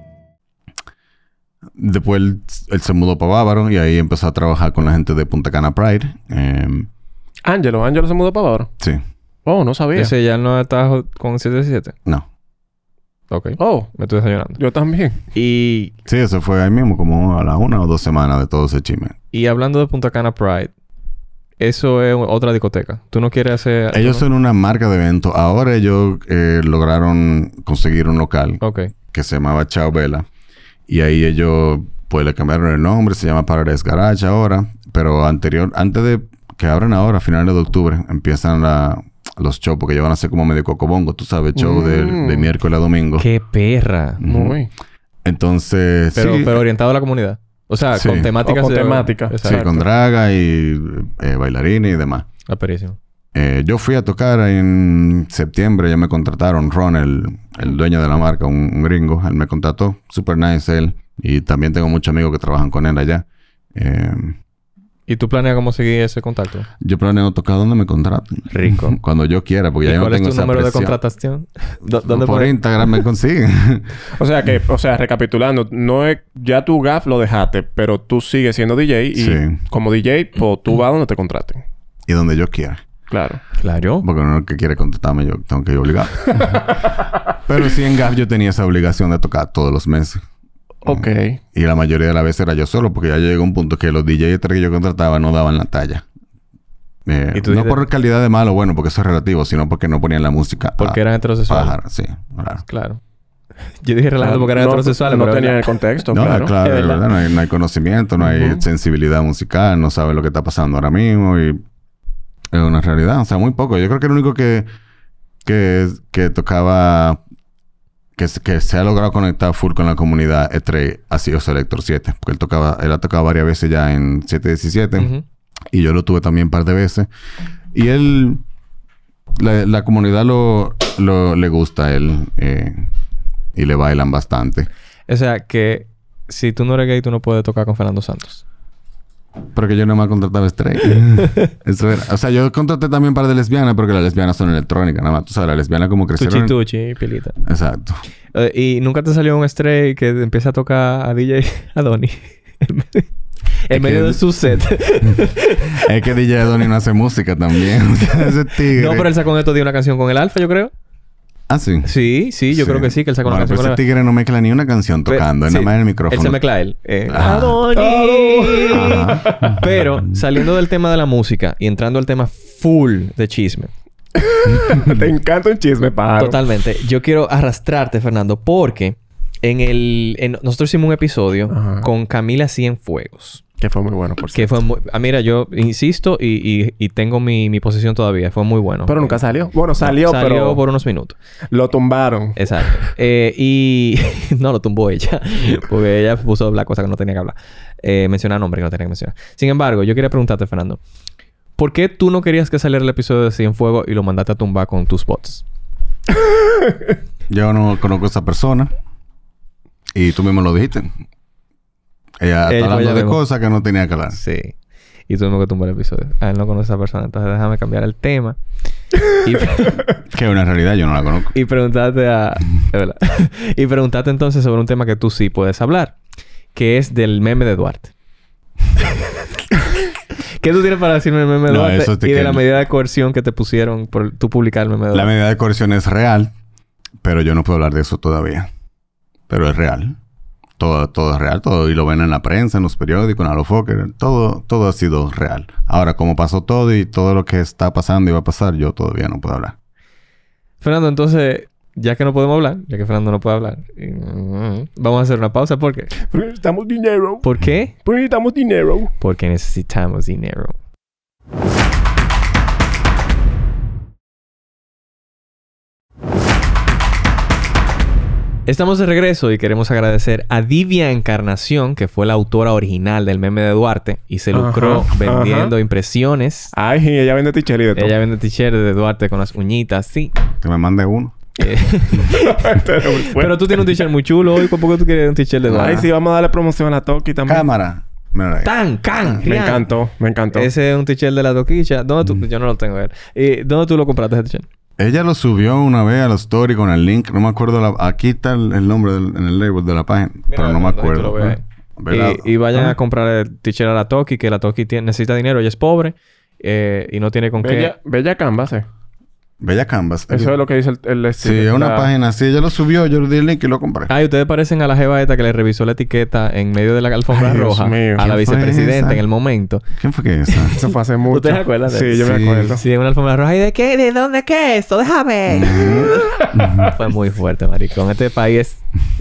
Después él, él se mudó para Bávaro y ahí empezó a trabajar con la gente de Punta Cana Pride. Em, Ángelo, Ángelo se mudó para ahora. sí, Oh, no sabía. Ese ya no está jo- con 77. no. Ok. Oh, Me estoy desayunando. yo también. Y, Sí, eso fue ahí mismo, como a la una o dos semanas de todo ese chisme. y hablando de Punta Cana Pride, eso es otra discoteca. Tú no quieres hacer. Ellos tú son una marca de eventos. Ahora ellos eh, lograron conseguir un local no- Ok. que se llamaba Chao Vela. Y ahí ellos, pues le cambiaron el nombre, se llama Paradise Garage ahora. Pero anterior, antes de que abran ahora, a finales de octubre, empiezan la- los shows, porque ellos van a ser como medio cocobongo, tú sabes, show de, Mm. de miércoles a domingo. ¡Qué perra! Ujú. Muy. Entonces, Pero, sí, pero orientado a la comunidad. O sea, Sí. con temáticas. O con de- temática. sí, Exacto. con draga y eh, bailarines y demás. Ah, perísimo. Eh, yo fui a tocar en septiembre, ya me contrataron Ron, el, el dueño de la marca, un, un gringo, él me contrató, super nice él, y también tengo muchos amigos que trabajan con él allá. Eh, ¿Y tú planeas cómo seguir ese contacto? yo planeo tocar donde me contraten. Rico. Cuando yo quiera, porque ¿Y ya yo no ¿Cuál tengo es tu esa número de presión. contratación? ¿Dó- ¿Dónde Por puedes- Instagram me consiguen. O sea que, o sea, recapitulando, no es, ya tu GAF lo dejaste, pero tú sigues siendo DJ y Sí. como DJ, pues tú vas donde te contraten. y donde yo quiera. Claro. Claro. Porque uno que quiere contratarme, yo tengo que ir obligado. Pero sí, en GAF yo tenía esa obligación de tocar todos los meses. Ok. Y la mayoría de las veces era yo solo, porque ya llegó un punto que los DJs que yo contrataba no daban la talla. Eh, ¿Y tú no dices- por calidad de malo, bueno, porque eso es relativo, sino porque no ponían la música. Porque a eran heterosexuales. bajar. Sí, claro. Claro. Yo dije Ah, relajado porque eran no, heterosexuales, No pero tenían el ¿verdad? contexto, No, claro. claro, es de verdad. verdad, no hay, no hay conocimiento, no hay Ujú. sensibilidad musical, no sabe lo que está pasando ahora mismo y es una realidad, o sea, muy poco. Yo creo que el único que, que, que tocaba, que, se- que se ha logrado conectar full con la comunidad entre ha sido Selector 7, porque él tocaba, él ha tocado varias veces ya en 717 Ujú. y yo lo tuve también un par de veces. Y él, la, la comunidad lo, lo- le gusta a él eh, y le bailan bastante. O sea, que si tú no eres gay, tú no puedes tocar con Fernando Santos. Porque yo nomás contrataba straight. Eso era. O sea, yo contraté también para de lesbianas, porque las lesbianas son electrónicas, nada más. Tú sabes, las lesbianas como Tuchi, crecieron. tuchi, pilita. Exacto. Eh, y nunca te salió un stray que empieza a tocar a DJ a Donny. en medio que- de su set. Es que DJ Donny no hace música también. O sea, Ese tigre. no, pero él sacó en estos días una canción con el Alfa, yo creo. Ah, sí. Sí, sí, yo creo que sí, que él sacó Bueno, una canción pero con el ese tigre no mezcla ni una canción Pe- tocando, es sí. nada más en el micrófono. Él se mezcla él. Eh, Ah. Adonis. Ajá. Pero saliendo del tema de la música y entrando al tema full de chisme. te encanta un chisme, pájaro. Totalmente. Yo quiero arrastrarte, Fernando, porque en el en- nosotros hicimos un episodio Ajá. con Camila Cienfuegos. Que fue muy bueno, por Que fue muy... Ah, mira, yo insisto y, y- y tengo mi, mi posición todavía. Fue muy bueno. Pero nunca salió. Bueno, salió, Salió pero por unos minutos. lo tumbaron. Exacto. Eh, y no lo tumbó ella, porque ella puso a hablar cosas que no tenía que hablar. Eh, mencionar nombres que no tenía que mencionar. Sin embargo, yo quería preguntarte, Fernando, ¿por qué tú no querías que saliera el episodio de Cienfuego y lo mandaste a tumbar con tus bots? Yo no conozco a esa persona. Y tú mismo lo dijiste. Ella Él está fue hablando ella de mismo. cosas que no tenía que hablar. Sí. Y tuvimos que tumbar el episodio. A él no conoce a esa persona, entonces déjame cambiar el tema. Y, Que es una realidad, yo no la conozco. y preguntarte a. es verdad. y preguntarte entonces sobre un tema que tú sí puedes hablar, que es del meme de Duarte. ¿Qué tú tienes para decirme del meme de No, Duarte eso te y de la queda- medida de coerción que te pusieron por tú publicar el meme de La Duarte? medida de coerción es real, pero yo no puedo hablar de eso todavía. Pero es real. Todo, todo es real, todo. Y lo ven en la prensa, en los periódicos, en Alofoker. Todo, todo ha sido real. Ahora, como pasó todo y todo lo que está pasando y va a pasar, yo todavía no puedo hablar. Fernando, entonces, ya que no podemos hablar, ya que Fernando no puede hablar, y- vamos a hacer una pausa porque. Porque necesitamos dinero. ¿Por qué? Porque necesitamos dinero. Porque necesitamos dinero. Estamos de regreso y queremos agradecer a Divia Encarnación, que fue la autora original del meme de Duarte y se lucró Ajá, vendiendo ajá. impresiones. Ay, y ella vende tichel y de todo. Ella vende t-shirt de Duarte con las uñitas, sí. Que me mande uno. Eh, Esto era Este muy fuerte. pero tú tienes un t-shirt muy chulo hoy. ¿Por qué tú quieres un t-shirt de Duarte? Ay, sí, vamos a darle promoción a Toki también. Cámara. Mira ahí. ¡Tan, can! Me rian. encantó, me encantó. Mm. Ese es un t-shirt de la toquilla. ¿Dónde tú? Yo no lo tengo. ver. Eh, ¿Dónde tú lo compraste ese t-shirt? Ella lo subió una vez a la story con el link. No me acuerdo. la- Aquí está el, el nombre del- en el label de la página. pero no me ahí tú lo acuerdo. ves eh. ahí. Velado. Y, y vayan Ah. a comprar el t-shirt a la Toki, que la Toki tiene- necesita dinero. Ella es pobre eh, y no tiene con qué. Bella, Bella Canvas, eh. Bella Canvas. Eso es lo que dice el, el Sí, estilo. es una La- página así. Ella lo subió, yo le di el link y lo compré. Ay, ustedes parecen a la jeva esta que le revisó la etiqueta en medio de la alfombra Ay, Dios roja a mío. la ¿Quién fue vicepresidenta esa? en el momento. ¿Quién fue que esa? Eso fue hace mucho. te acuerdas de Sí, eso? yo Sí. me acuerdo. Sí, en una alfombra roja. ¿Y de qué? ¿De dónde? ¿Qué es esto? Ah. Déjame. Fue muy fuerte, maricón. Este país es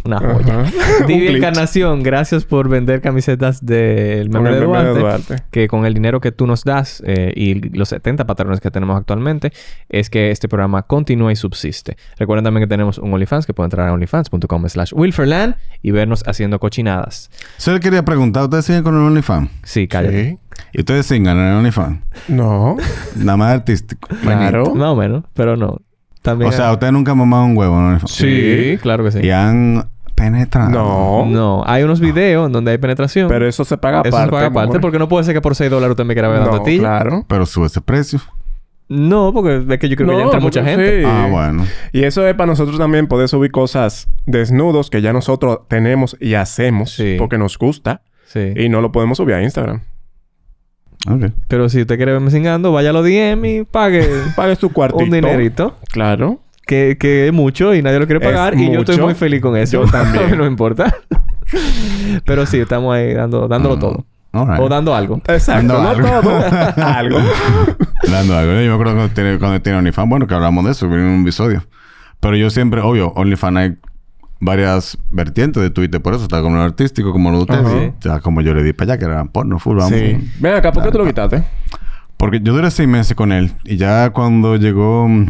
una joya. Mm. Ajá. Un Divina glitch. Encarnación, gracias por vender camisetas del Con meme el de meme de Duarte. Duarte. Que con el dinero que tú nos das eh, y los 70 patrones que tenemos actualmente, es que este programa continúa y subsiste. Recuerden también que tenemos un OnlyFans que pueden entrar a onlyfans.com slash wilferland y vernos haciendo cochinadas. Yo le quería preguntar, ¿ustedes siguen con el OnlyFans? Sí, cállate. Sí. ¿Y ustedes singan en el OnlyFans? ¿Eh? No. Nada más artístico. Claro. Más o menos, pero no. También O sea, hay- ustedes nunca han mamado un huevo en el OnlyFans. sí, claro que sí. Y han penetrado. No. Ah, No, hay unos videos en donde hay penetración. Pero eso se paga Eso aparte. se paga aparte amor. porque no puede ser que por 6 dólares usted me quiera ver dando No, a ti. claro. Pero sube ese precio. No, porque es que yo creo que No, ya entra mucha porque gente. sí. Ah, bueno. Y eso es para nosotros también poder subir cosas desnudos que ya nosotros tenemos y hacemos Sí. porque nos gusta Sí. y no lo podemos subir a Instagram. Ok. Pero si usted quiere verme cingando, vaya a los DM y pague Pagues tu cuartito. un dinerito. Claro. Que, que es mucho y nadie lo quiere Es pagar. Y yo estoy mucho. muy feliz con eso. Yo también. A mí no me importa. Pero sí, estamos ahí dando, Ah, dándolo todo. All right. O dando algo. Exacto. Dando No algo. todo. algo. Dando algo. Yo me acuerdo cuando tenía, cuando tenía OnlyFans. Bueno, que hablamos de eso en un episodio. Pero yo siempre, obvio, OnlyFans hay varias vertientes de Twitter. Por eso está como lo artístico, como lo de ustedes. Ajá. Ya como yo le di para allá, que era porno full. Vamos. Sí. Ven acá, ¿por qué tú lo quitaste? Porque yo duré seis meses con él. Y ya cuando llegó mm,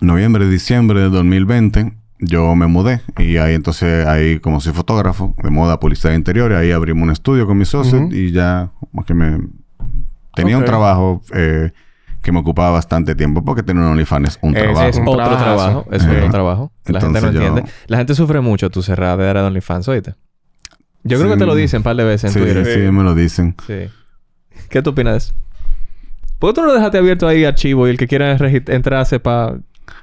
noviembre, diciembre de 2020, yo me mudé. Y ahí entonces, ahí como soy fotógrafo de moda, publicidad interior, ahí abrimos un estudio con mis socios Ujú. y ya como que me... Tenía un Ok. trabajo eh, que me ocupaba bastante tiempo porque tener un OnlyFans es un Es- trabajo. Es otro trabajazo. trabajo. Es Ajá. otro trabajo. La gente no Entonces yo- entiende. La gente sufre mucho tu cerradera de OnlyFans, oíste. Yo creo que te lo Sí. dicen un par de veces en sí, Twitter. sí, me lo dicen. Sí. ¿Qué tú opinas de eso? ¿Por qué tú no dejaste abierto ahí archivo y el que quiera regi- entrar sepa...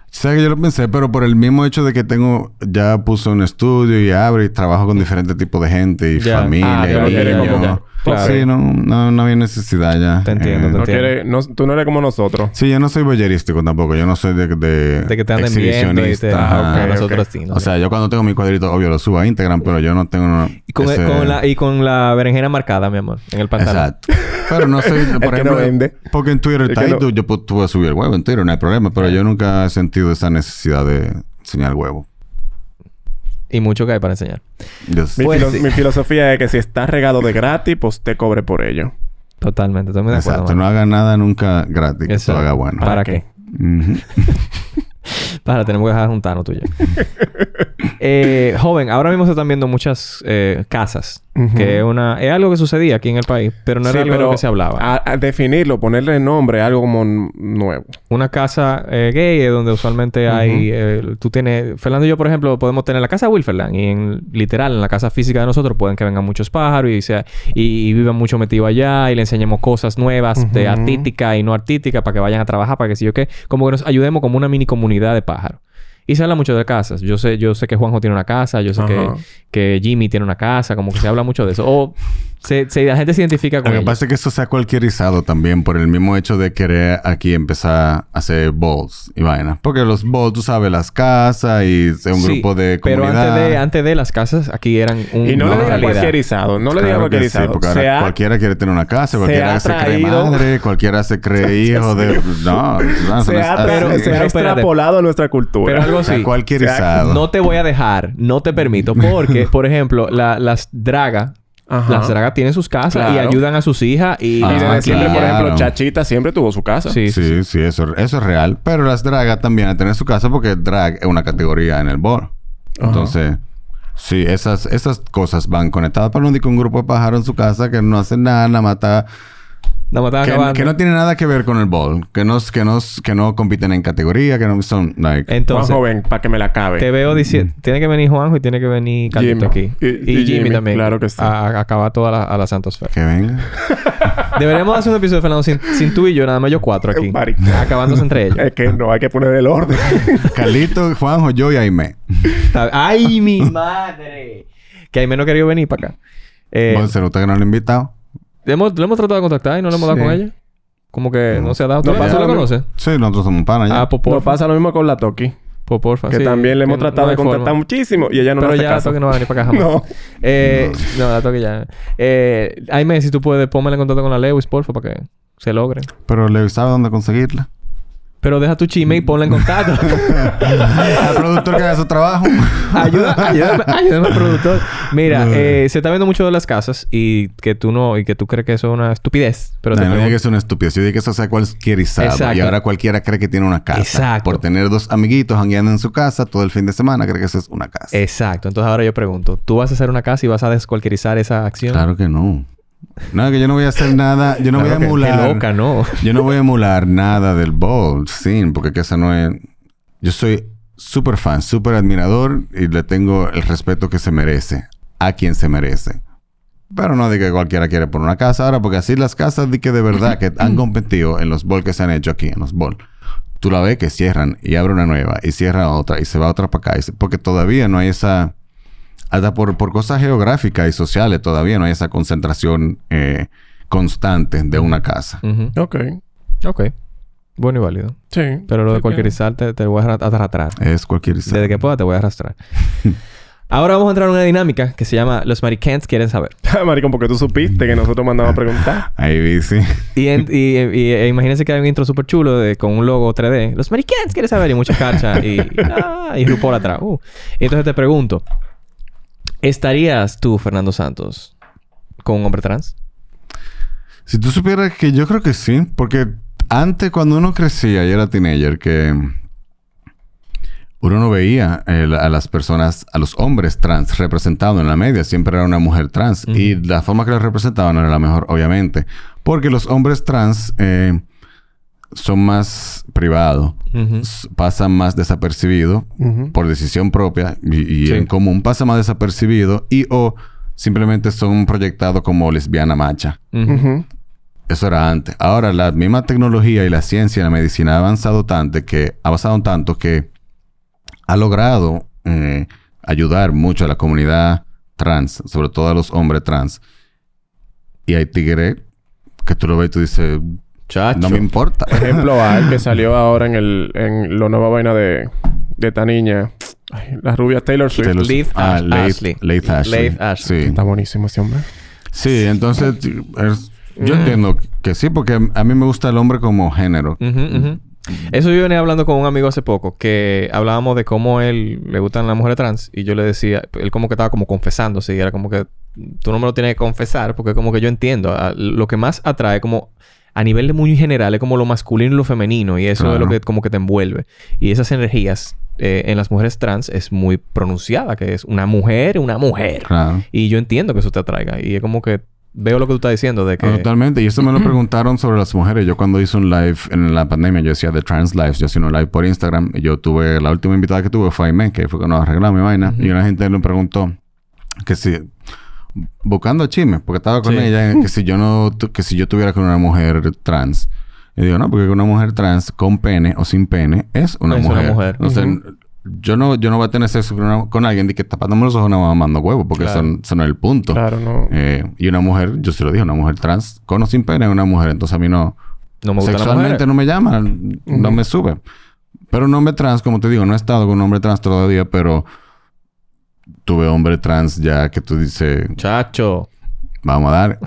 Sabes que yo lo pensé, pero por el mismo hecho de que tengo... Ya puse un estudio y abro y trabajo con diferentes tipos de gente y Ya. familia. Ah, y pero quiere niños. como que- Claro. Sí, no, no, no había necesidad ya. eh. Te entiendo, te No entiendo. quiere, no- tú no eres como nosotros. Sí, yo no soy voyerístico tampoco. Yo no soy de... De, De que te anden viendo y te... Ah, exhibicionista. Ajá, ok, ok. nosotros sí. ¿no? O sea, yo cuando tengo mi cuadrito, obvio, lo subo a Instagram, pero yo no tengo... una- y, con, e-, ese- con la, y con la berenjena marcada, mi amor. En el pantalón. Exacto. Pero no soy... que Por no ejemplo, vende. porque en Twitter El está que ahí, no- tú- yo pu- tú puedes subir el huevo en Twitter, no hay problema. Pero yo nunca he sentido esa necesidad de enseñar el huevo. Y mucho que hay para enseñar. Yo- Mi, Pues filo- sí. mi filosofía es que si está regado de gratis, pues te cobre por ello. Totalmente. Estoy muy de acuerdo. Exacto. No mano. haga nada nunca gratis. Que Exacto. todo haga bueno. ¿Para, ¿Para qué? Ujú. Para, tenemos que dejar juntarnos tú y yo. Eh, joven, ahora mismo se están viendo muchas eh, casas. Ujú. Que es una... Es algo que sucedía aquí en el país. Pero no era Sí, algo de lo que se hablaba. A, a definirlo, ponerle nombre, algo como n- nuevo. una casa eh, gay eh, donde usualmente hay... eh, tú tienes... Fernando y yo, por ejemplo, podemos tener la casa Wilferland. Y en, literal, en la casa física de nosotros pueden que vengan muchos pájaros y, sea, y, y vivan mucho metido allá. Y le enseñemos cosas nuevas de Ujú. artística y no artística para que vayan a trabajar, para que si yo qué... Como que nos ayudemos como una mini comunidad de pájaros. Y se habla mucho de casas. Yo sé, yo sé que Juanjo tiene una casa. Yo sé que, Ajá. que Jimmy tiene una casa. Como que se habla mucho de eso. O se, se- la gente se identifica con Lo que ello. pasa es que eso se ha cualquierizado también por el mismo hecho de querer aquí empezar a hacer balls y vainas. Porque los balls, tú sabes, las casas y es un Sí, grupo de Pero comunidad. antes de, antes de las casas, aquí eran un, Y no, No, le diga realidad. cualquierizado. No le diga Claro que sí, cualquierizado. porque Se ahora ha- cualquiera quiere tener una casa, se cualquiera ha se, cree traído- madre, cualquiera se cree hijo de... No, no, no se es ha, así. pero, se ha Pero espérate. extrapolado a nuestra cultura. Pero algo Se ha así. cualquierizado. No te voy a dejar, no te permito, porque, por ejemplo, la- las dragas, Ajá. las dragas tienen sus casas y Claro. ayudan a sus hijas y... Ah, Y desde siempre, por claro. ejemplo, Chachita siempre tuvo su casa. Sí, sí, sí. Sí, sí, eso, eso es real. Pero las dragas también a tener su casa porque drag es una categoría en el ball. Entonces, Sí, esas, esas cosas van conectadas para un, un grupo de pájaros en su casa que no hacen nada, la mata. La mataba Que, acabando. que no tiene nada que ver con el ball. Que no, que no, que no compiten en categoría, que no son like. Entonces, Juanjo, ven, para que me la acabe. te veo diciendo... Mm. Tiene que venir Juanjo y tiene que venir Carlito Jimmy. aquí. Y- Y, y Jimmy, Jimmy, también. claro que sí. A, a acabar toda la, a la santosfera. que venga. Deberíamos hacer un episodio, Fernando, sin, sin tú y yo. Nada más yo cuatro aquí. Un party. acabándose entre ellos. Es que no hay que poner el orden. Carlito, Juanjo, yo y Aime. Está- ¡Ay, mi madre! Que Aime no quería venir para acá. Eh, Bueno, se nota que no lo he invitado. le hemos, lo hemos tratado de contactar y no lo hemos dado Sí. con ella. Como que no, se ha dado. ¿Tú, No pasa ¿tú la lo mismo. conoces? Sí, nosotros somos panas ya. Ah, pues Nos porfa. pasa lo mismo con la Toki. Pues porfa, Que sí. también le hemos Que no- no tratado de hay contactar forma. muchimo y ella no Pero nos hace ya la caso. toque no va a venir para acá jamás. No. Eh, no, la toque ya. Eh, Aime, si tú puedes, pónmela en contacto con la Lewis, porfa, para que se logre. Pero le sabe dónde conseguirla. Pero deja tu chisme y ponla en contacto. Al productor que haga su trabajo. Ayuda, ayúdame, ayúdame, productor. Mira, eh, se está viendo mucho de las casas y que tú no, y que tú crees que eso es una estupidez. Pero No, te no diga pregunto- que es una estupidez. Yo digo que eso sea cualquierizado. Exacto. Y ahora cualquiera cree que tiene una casa. Exacto. Por tener dos amiguitos jangueando en su casa todo el fin de semana, cree que eso es una casa. Exacto. Entonces ahora yo pregunto, ¿tú vas a hacer una casa y vas a descualquierizar esa acción? Claro que no. No, que yo no voy a hacer nada. Yo no Claro voy que- a emular. Qué loca, ¿no? Yo no voy a emular nada del Bold Sin, porque que esa no es. Yo soy súper fan, súper admirador y le tengo el respeto que se merece, a quien se merece. Pero no de que cualquiera quiere poner una casa ahora, porque así las casas de que de verdad que han competido en los Bowl que se han hecho aquí, en los Bowl. Tú la ves que cierran y abre una nueva y cierra otra y se va otra para acá. y se- Porque todavía no hay esa. Hasta por, por cosas geográficas y sociales, todavía no hay esa concentración eh, constante de una casa. Ujú. Ok. Ok. Bueno y válido. Sí. Pero lo Sí de que- cualquierizar te, te voy a arra- arrastrar. Es cualquier Desde que pueda te voy a arrastrar. Ahora vamos a entrar en una dinámica que se llama Los Maricans quieren saber. Ah, Maricón, porque tú supiste que nosotros mandamos a preguntar. Ahí vi, sí. Y, en- y- y- e imagínense que hay un intro súper chulo de, con un logo 3D. Los Maricans quieren saber y muchas carchas y, ah, y RuPaul atrás. Uh. Y entonces te pregunto, ¿estarías tú, Fernando Santos, con un hombre trans? Si tú supieras que yo creo que sí, porque antes cuando uno crecía y era teenager, que uno no veía eh, la- a las personas, a los hombres trans representados en la media, siempre era una mujer trans y la forma que la representaban no era la mejor, obviamente, porque los hombres trans eh, son más privados, Ujú. s- pasan más desapercibidos por decisión propia y, y Sí. en común pasa más desapercibido y o simplemente son proyectados como lesbiana macha. Ujú. Ujú. Eso era antes. Ahora, la misma tecnología y la ciencia y la medicina ha avanzado tanto que, ha avanzado tanto que ha logrado eh, ayudar mucho a la comunidad trans, sobre todo a los hombres trans. Y hay tigre que tú lo ves y tú dices, Chacho. no me importa. Ejemplo A, el que salió ahora en el... En la nueva vaina de... De esta niña. Ay, la rubia Taylor Swift. Taylor- Leith Ah, Ash- Leith- Ashley. Leith Ashley. Leith Ashley. Sí. Está buenísimo ese hombre. Sí, entonces t- es- yo Mm. entiendo que sí, porque a mí me gusta el hombre como género. Ujú, ujú. Eso yo venía hablando con un amigo hace poco, que hablábamos de cómo él le gustan las mujeres trans y yo le decía, él como que estaba como confesándose y era como que tú no me lo tienes que confesar porque como que yo entiendo, a- lo que más atrae como a nivel de muy general es como lo masculino y lo femenino y eso es lo Claro. que como que te envuelve. Y esas energías eh, en las mujeres trans es muy pronunciada, que es una mujer, una mujer. Claro. Y yo entiendo que eso te atraiga y es como que veo lo que tú estás diciendo de que... No, Ah, Totalmente. Y eso me lo preguntaron sobre las mujeres. Yo cuando hice un live en la pandemia, yo decía The Trans Lives. Yo hacía un live por Instagram. Y yo tuve... La última invitada que tuve fue Aime, que fue que nos arregló mi vaina. Y la gente me preguntó que si... Buscando chismes, porque estaba con Sí. ella, que si yo no... tu- Que si yo tuviera con una mujer trans. Y digo, no, porque una mujer trans con pene o sin pene es una Es una mujer. mujer. O sea, yo no, yo no voy a tener sexo con, una- con alguien de que tapándome los ojos no va mamando huevos, porque Claro. eso, eso no es el punto. Claro, no. Eh, y una mujer, yo se lo dije, una mujer trans, con o sin pene es una mujer. Entonces a mí no, no me gustan las mujeres. sexualmente no me llama, no me sube. Pero un hombre trans, como te digo, no he estado con un hombre trans todavía, pero tuve hombre trans ya que tú dices, Chacho. vamos a dar.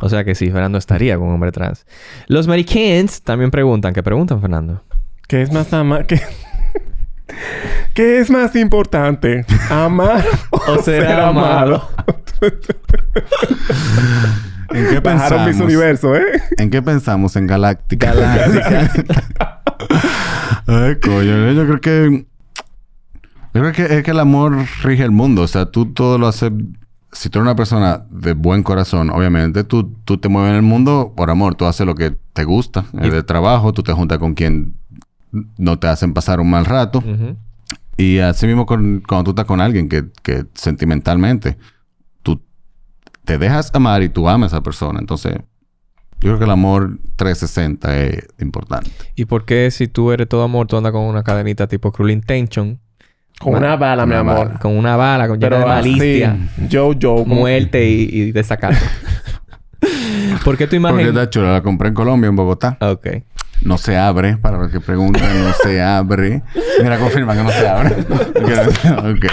O sea que sí, Fernando estaría con un hombre trans. Los Maricans también preguntan. ¿Qué preguntan, Fernando? ¿Qué es más ama ¿Qué... ¿Qué es más importante? ¿Amar o, ser, amado? ¿En qué Bajaron mis pensamos? universo, ¿eh? ¿En qué pensamos? En Galáctica. eh, Ay, coño, yo creo que Yo creo que es que el amor rige el mundo. O sea, tú todo lo haces. Si tú eres una persona de buen corazón, obviamente, tú, tú te mueves en el mundo por amor. Tú haces lo que te gusta. Y- Es de trabajo, tú te juntas con quien no te hacen pasar un mal rato. Ujú. Y así mismo con- cuando tú estás con alguien que, que sentimentalmente tú te dejas amar y tú amas a esa persona. Entonces, yo creo que el amor 360 es importante. ¿Y por qué si tú eres todo amor, tú andas con una cadenita tipo Cruel Intention? Con una bala, mi una amor. bala. Con una bala, con llena Pero de así, malicia, yo, yo. como- muerte y, y desacato. ¿Por qué tu Porque imagen...? está chula, la compré en Colombia, en Bogotá. Ah, Ok. No se abre, para los que preguntan, no se abre. Mira, confirma que no se abre. ok.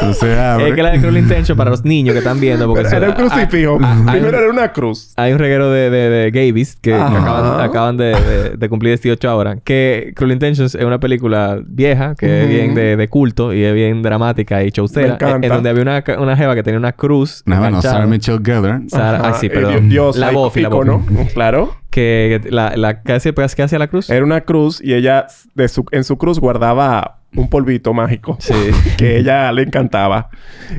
No se abre. Es que la de Cruel Intention para los niños que están viendo. Porque eso- Era un crucifijo. ah, ah, Primero hay- era una cruz. Hay un reguero de, de, de gays que, que Ajá. acaban, acaban de, de- de cumplir 18 ahora. Que Cruel Intentions es una película vieja, que es bien de, de culto y es bien dramática y Me chaucera. encanta. En, en donde había una, ca- una jeva que tenía una cruz. No, bueno, enganchada. Sarah Michelle Gellar. Sara- Ajá, ah, sí, eh, perdón. Dios, la ahí bofi, la pico, bofi. ¿no? Claro. Que que la, la, ¿qué, hacía, pues, ¿qué hacía la cruz? Era una cruz y ella de su- en su cruz guardaba un polvito mágico. Sí. que ella le encantaba.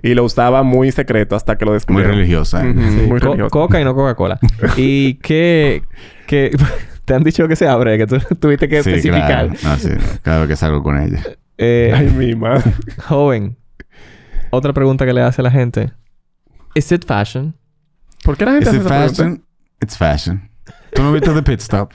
Y lo usaba muy secreto hasta que lo Muy descubrieron. religiosa. ¿eh? Ujú, Sí, Muy co- religioso. coca y no Coca-Cola. y que... que te han dicho que se abre, que tú tuviste que Sí, especificar. claro. No, sí, cada vez que salgo con ella. Eh, Ay, mi madre. Joven, otra pregunta que le hace la gente. ¿Is it fashion? ¿Por qué la gente ¿Es hace it esa pregunta? fashion? It's fashion. ¿Tú no viste The Pit Stop?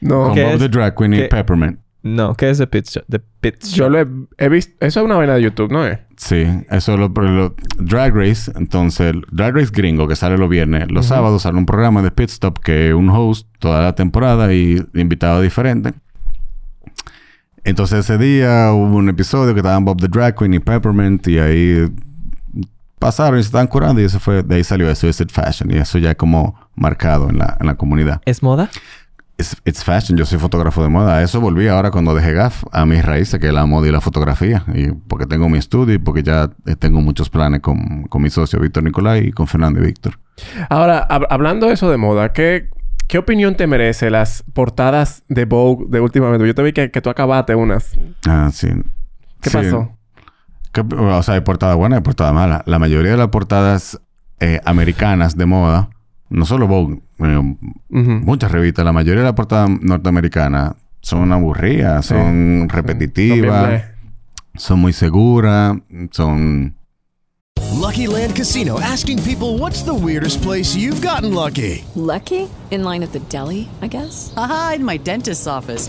No. Con ¿Qué Bob es? the Drag Queen ¿Qué? y Peppermint. No, ¿qué es the pit shop? The pit Yo shop. lo he, he visto... Eso es una vaina de YouTube, ¿no Eh. es? Sí, eso lo, lo- Drag Race, entonces, Drag Race gringo que sale los viernes, los sábados sale un programa de Pit Stop que es un host toda la temporada y invitado diferente. Entonces ese día hubo un episodio que estaban Bob the Drag Queen y Peppermint y ahí pasaron y se estaban curando y eso fue, de ahí salió eso, Is It Fashion y eso ya es como marcado en la, en la comunidad. ¿Es moda? It's, it's fashion, yo soy fotógrafo de moda. A eso volví ahora cuando dejé GAF a mis raíces, que es la moda y la fotografía. Y porque tengo mi estudio y porque ya eh, tengo muchos planes con, con mi socio Víctor Nicolai y con Fernando y Víctor. Ahora, hab- hablando de eso de moda, ¿qué, ¿qué opinión te merece las portadas de Vogue de últimamente? Yo te vi que, que tú acabaste unas. Ah, sí. ¿Qué Sí. pasó? Que- o sea, hay portada buena y portada mala. La mayoría de las portadas eh, americanas de moda, no solo Vogue, eh, Ujú. muchas revistas, la mayoría de las portadas norteamericanas son aburridas, Sí. son También repetitivas, me- son muy seguras, son... Lucky Land Casino asking people what's the weirdest place you've gotten lucky? Lucky? In line at the deli, I guess? Aha, in my dentist's office.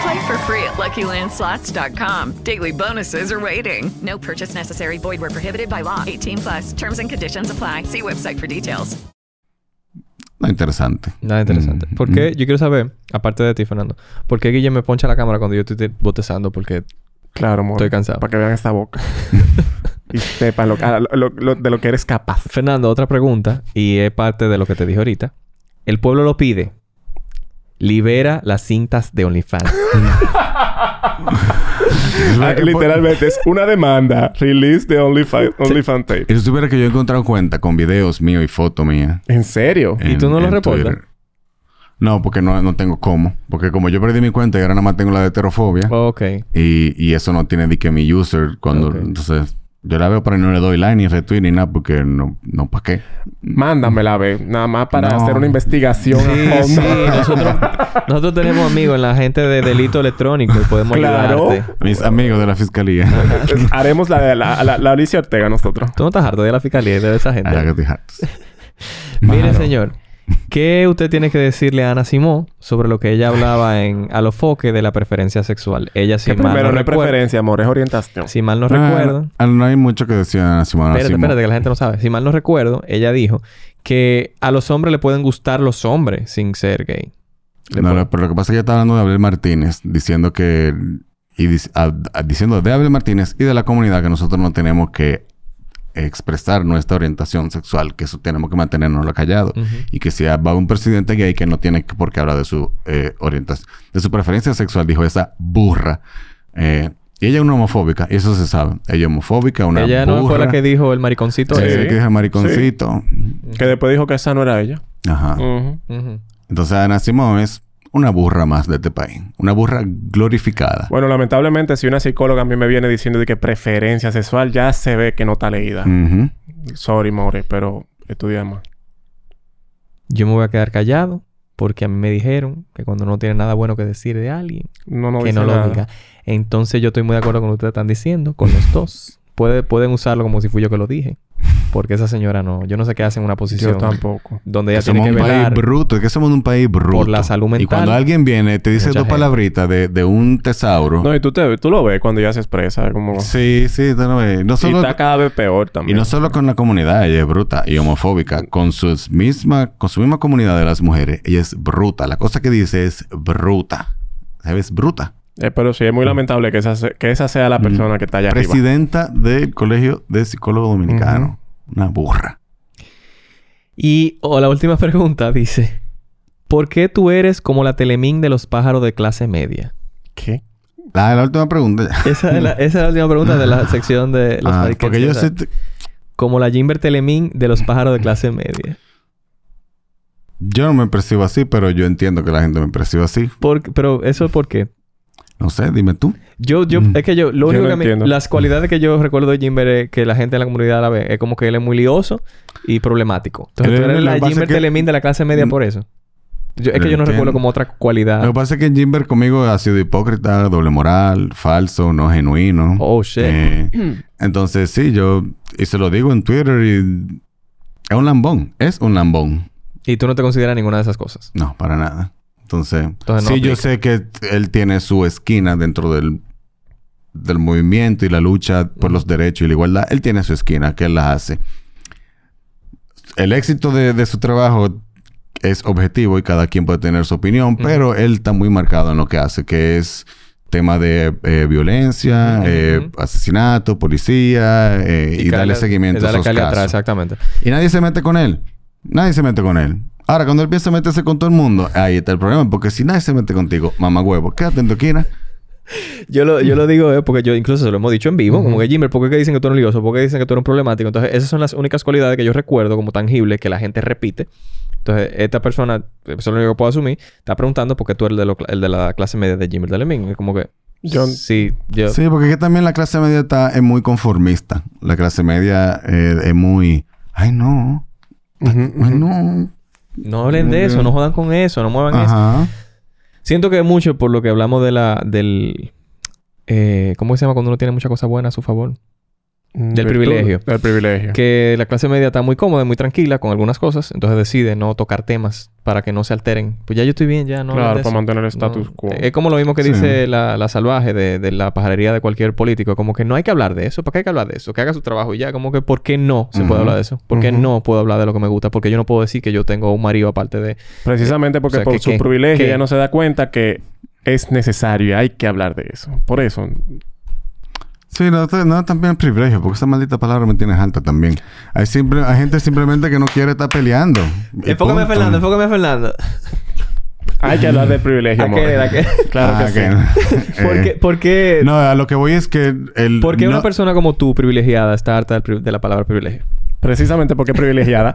Play for free at LuckyLandSlots.com. Daily bonuses are waiting. No purchase necessary. Void where prohibited by law. 18 plus. Terms and conditions apply. See website for details. No, interesante. Nada interesante. Mm, ¿Por qué? Yo quiero saber, aparte de ti, Fernando, ¿por qué Guille me poncha la cámara cuando yo estoy te- bostezando? Porque Claro, amor. Estoy cansado. Para que vean esta boca. y sepan lo, ah, lo- lo- de lo que eres capaz. Fernando, otra pregunta, y es parte de lo que te dije ahorita. El pueblo lo pide. Libera las cintas de OnlyFans. Ah, literalmente es una demanda. Release de OnlyFans OnlyFans tape. Y si supiera que yo he encontrado cuenta con videos míos y fotos mías. ¿En serio? ¿Y tú no lo reportas? Twitter. No, porque no, no tengo cómo. Porque como yo perdí mi cuenta y ahora nada más tengo la de heterofobia. ok. Y, y eso no tiene de que mi user cuando... Oh. Ok. Entonces, yo la veo pero no le doy like ni retweet ni nada porque no... No, ¿para qué? Mándamela, ve. Nada más para No. hacer una investigación. Sí, a sí. fondo. Nosotros, nosotros tenemos amigos en la gente de delito electrónico y podemos Claro. ayudarte. Mis amigos de la fiscalía. Entonces, Haremos la de la, la, la Alicia Ortega nosotros. Tú no estás harto de la fiscalía y de esa gente. Ahora que estoy harto. Mire, Claro. señor. ¿Qué usted tiene que decirle a Ana Simó sobre lo que ella hablaba en A lo foque de la preferencia sexual? Ella, si Que mal primero no no es recuerdo... preferencia, amor, es orientación. Si mal no Ah, recuerdo... Ah, No hay mucho que decir a Simón. Espérate, espérate, que la gente no sabe. Si mal no recuerdo, ella dijo que a los hombres le pueden gustar los hombres sin ser gay. No, no, pero lo que pasa es que ella está hablando de Abel Martínez, diciendo que. Y dis- a- a- diciendo de Abel Martínez y de la comunidad que nosotros no tenemos que expresar nuestra orientación sexual, que eso tenemos que mantenernos callado. Y que si va un presidente gay que no tiene que- por qué hablar de su eh, orientación, de su preferencia sexual, dijo esa burra. Eh, y ella es una homofóbica, y eso se sabe. Ella es homofóbica, una ella burra. no fue la que dijo ¿eh? el mariconcito. Sí, ese. que dijo el mariconcito. Que después dijo que esa no era ella. Ajá. Ujú. Ujú. Entonces Ana Simón es una burra más de este país. Una burra glorificada. Bueno, lamentablemente, si una psicóloga a mí me viene diciendo de que preferencia sexual ya se ve que no está leída. Ujú. Sorry, More, pero estudia más. Yo me voy a quedar callado porque a mí me dijeron que cuando no tiene nada bueno que decir de alguien, No, no que dice no lo nada. diga. Entonces yo estoy muy de acuerdo con lo que ustedes están diciendo, con los dos. Puede- pueden usarlo como si fui yo que lo dije. Porque esa señora no. Yo no sé qué hace en una posición. tampoco. Donde ella Que somos tiene que un país velar. bruto, es que somos un país bruto. la salud Y mental. cuando alguien viene, te dice Mucha dos gente. palabritas de, de un tesauro. No, y tú, te, tú lo ves cuando ya se expresa. Como... Sí, sí, tú no ves. No Y solo- está cada vez peor también. Y no solo con la comunidad, ella es bruta y homofóbica. Con, sus misma, con su misma comunidad de las mujeres, ella es bruta. La cosa que dice es bruta. ¿Sabes? Bruta. Eh, pero sí, es Mm. muy lamentable que esa, se- que esa sea la persona que está allá arriba. Presidenta del Colegio de Psicólogos Dominicanos. Una burra. Y o la última pregunta dice: ¿Por qué tú eres como la Telemín de los pájaros de clase media? ¿Qué? La, la última pregunta. Esa es la, esa es la última pregunta de la sección de los Ah, mariquetes, porque yo o sea, sé t- Como la Jimber Telemín de los pájaros de clase media. Yo no me percibo así, pero yo entiendo que la gente me percibe así. Por- pero eso por qué? No sé, dime tú. Yo, yo, es que yo, lo Mm. Yo único no que a mí- entiendo. las cualidades que yo recuerdo de Jimber es que la gente en la comunidad la ve, es como que él es muy lioso y problemático. Entonces Él tú es- eres lo la que pasa Jimber es que- Mm. Telemín de la clase media por eso. Yo- es que yo no Entiendo. recuerdo como otra cualidad. Lo que pasa es que Jimber conmigo ha sido hipócrita, doble moral, falso, no genuino. Eh, Oh, shit. entonces, sí, yo... Y se lo digo en Twitter y... Es un lambón. Es un lambón. Y tú no te consideras ninguna de esas cosas. No, para nada. Entonces... Entonces, no sí, yo aplica. sé que t- él tiene su esquina dentro del... Del movimiento y la lucha por los derechos y la igualdad. Él tiene su esquina, que él la hace. El éxito de, de su trabajo es objetivo y cada quien puede tener su opinión, pero él está muy marcado en lo que hace, que es tema de eh, violencia, eh, asesinato, policía eh, y, darle seguimiento a darle esos calle atrás, casos. exactamente. Y nadie se mete con él. Nadie se mete con él. Ahora, cuando él piensa meterse con todo el mundo, ahí está el problema. Porque si nadie se mete contigo, mamá huevo, quédate en tu esquina. Yo lo, yo lo digo eh, porque yo incluso se lo hemos dicho en vivo, como que Jimmer, ¿por qué que dicen que tú eres lioso? ¿Por qué dicen que tú eres un problemático? Entonces, esas son las únicas cualidades que yo recuerdo como tangibles que la gente repite. Entonces, esta persona, eso es lo único que puedo asumir, está preguntando por qué tú eres el de, lo- el de la clase media de Jimmer Telemín. Es como que... Yo- sí, yo... Sí, porque que también la clase media está, es muy conformista. La clase media eh, es muy... Ay, no. Ay, no. No hablen de eso, no jodan con eso, no muevan Mm. Ajá. eso. Siento que mucho por lo que hablamos de la... del... eh, ¿Cómo se llama cuando uno tiene muchas cosas buenas a su favor? Del Virtud- privilegio. Del privilegio. que la clase media está muy cómoda, y muy tranquila con algunas cosas, entonces decide no tocar temas para que no se alteren. Pues ya yo estoy bien, ya no. hablen de Claro, para eso. eh, mantener el status quo. Es como lo mismo que Sí. dice la, la salvaje de, de la pajarería de cualquier político, como que no hay que hablar de eso, ¿para qué hay que hablar de eso? Que haga su trabajo y ya, como que ¿por qué no se Ujú. puede hablar de eso? ¿Por qué Ujú. no puedo hablar de lo que me gusta? Porque yo no puedo decir que yo tengo un marido aparte de... Precisamente porque o sea, por que- su que- privilegio que- ella no se da cuenta que es necesario y hay que hablar de eso. Por eso. Sí, no, te- no también es privilegio, porque esa maldita palabra me tienes alta también. Hay, simple, hay gente simplemente que no quiere estar peleando. Y Enfócame punto. Ah, Fernando, enfócame Fernando. Hay que hablar de privilegio, ¿A amor. qué? ¿A qué? Claro Ah, que que- sí. ¿Por eh, qué? por qué- No, a lo que voy es que el... por qué no- una persona como tú, privilegiada, está harta del pri- de la palabra privilegio? Precisamente porque es privilegiada.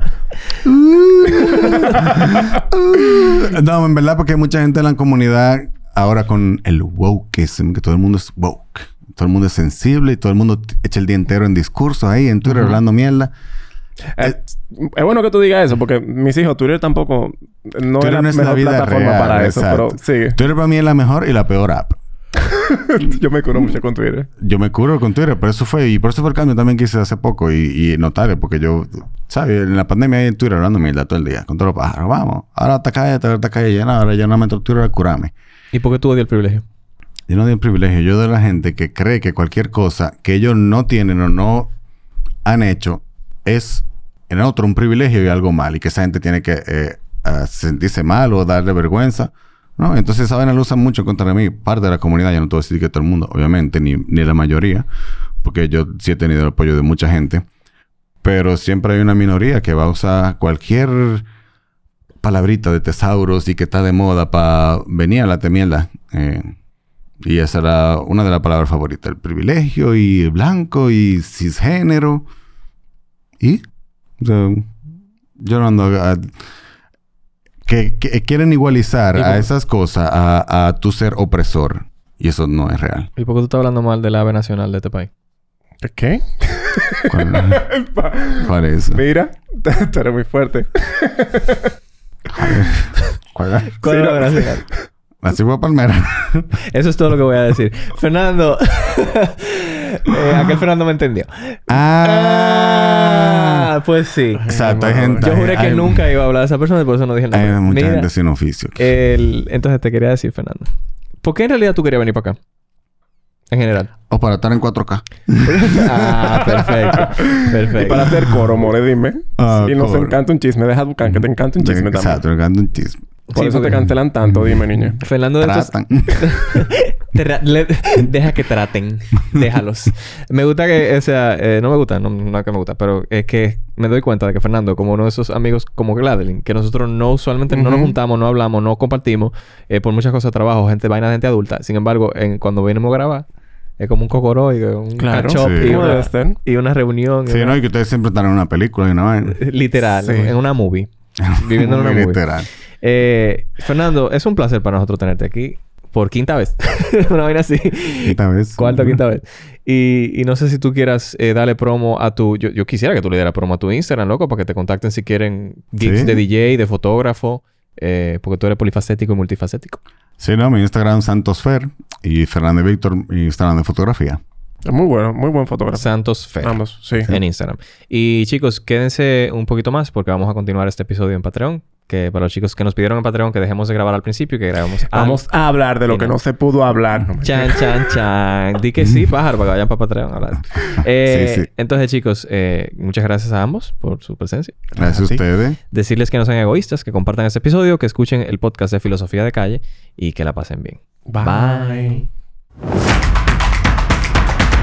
No, en verdad, porque hay mucha gente en la comunidad ahora con el wokeism, que todo el mundo es woke. Todo el mundo es sensible y todo el mundo t- echa el día entero en discursos ahí, en Twitter, hablando mierda. Eh, es bueno que tú digas eso porque mis hijos, Twitter tampoco... No es Twitter la no es mejor la vida plataforma real. para eso, exacto. pero sigue. Twitter para mí es la mejor y la peor app. Yo me curo mucho con Twitter. Yo me curo con Twitter, pero eso fue... Y por eso fue el cambio también que hice hace poco y, y notar, porque yo ¿Sabes? En la pandemia hay en Twitter hablando mierda todo el día, con todos los pájaros. Vamos, ahora esta calle, esta, esta calle llena, ahora llena metro Twitter, curame. ¿Y por qué tú odias el privilegio? Yo no doy el privilegio, yo de la gente que cree que cualquier cosa que ellos no tienen o no han hecho es en otro un privilegio y algo mal, y que esa gente tiene que eh, a sentirse mal o darle vergüenza. ¿no? Entonces esa vaina la usan mucho contra mí, parte de la comunidad, yo no te voy a decir que todo el mundo, obviamente, ni, ni la mayoría, porque yo sí he tenido el apoyo de mucha gente, pero siempre hay una minoría que va a usar cualquier palabrita de tesauros y que está de moda para venir a la temiela. eh, y esa era una de las palabras favoritas, el privilegio y blanco y cisgénero. ¿Y? O sea, yo no ando... a- que, que quieren igualizar a esas cosas a, a tu ser opresor. Y eso no es real. ¿Y por qué tú estás hablando mal del ave nacional de este país? ¿Qué? ¿Cuál es? Mira, tú eres muy fuerte. ¿Cuál es? ¿Cuál Sí, es no, la sí. nacional? La cigüeña palmera. Eso es todo lo que voy a decir. Fernando. Eh, aquel Fernando me entendió. Ah, pues sí. Exacto, hay gente. Yo juré que hay- nunca Eh. iba a hablar de esa persona y por eso no dije Hay nada. mucha gente sin oficio. el- entonces te quería decir, Fernando. ¿Por qué en realidad tú querías venir para acá? En general. O para estar en 4K. ah, perfecto. Perfecto. Y para hacer coro, more, dime. Ah, y nos coro. encanta un chisme. Deja buscar que te encanta un chisme también. Exacto, regando un chisme. Por Sí, eso te porque- cancelan Mm. tanto, dime, niña. Fernando de estos- Tratan. Tra- le- deja que traten. Déjalos. me gusta que, o sea, eh, no me gusta, no, no es que me gusta, pero es que me doy cuenta de que Fernando, como uno de esos amigos como Gladeline, que nosotros no usualmente no nos Ujú. juntamos, no hablamos, no compartimos eh, por muchas cosas de trabajo, gente, vaina de gente adulta. Sin embargo, en, cuando venimos a grabar, es como un cocoró y un Claro. catch up Sí. y, ¿Cómo una, debe ser? y una reunión. y Sí, una- no, y que ustedes siempre están en una película y una vaina. Literal, Sí. en una movie. Viviendo en una movie. Literal. Eh, Fernando, es un placer para nosotros tenerte aquí por quinta vez. una vaina así. Esta vez. Cuarta o quinta vez. Y, y no sé si tú quieras eh, darle promo a tu... Yo, yo quisiera que tú le dieras promo a tu Instagram, loco, para que te contacten si quieren gigs Sí. de DJ, de fotógrafo, eh, porque tú eres polifacético y multifacético. Sí, no, mi Instagram Santosfer y Fernández Víctor, mi Instagram de fotografía. Es muy bueno, muy buen fotógrafo. Santos Fer. Vamos, sí. En Instagram. Y chicos, quédense un poquito más porque vamos a continuar este episodio en Patreon. Que para los chicos que nos pidieron en Patreon que dejemos de grabar al principio y que grabemos... al- Vamos a hablar de lo que no se pudo hablar. No me- Chan, chan, chan. Di que sí, pájaro, para que vayan para Patreon. ahora. Eh, Sí, sí. Entonces, chicos, eh, muchas gracias a ambos por su presencia. Gracias a ti. ustedes. Decirles que no sean egoístas, que compartan este episodio, que escuchen el podcast de Filosofía de Calle y que la pasen bien. Bye.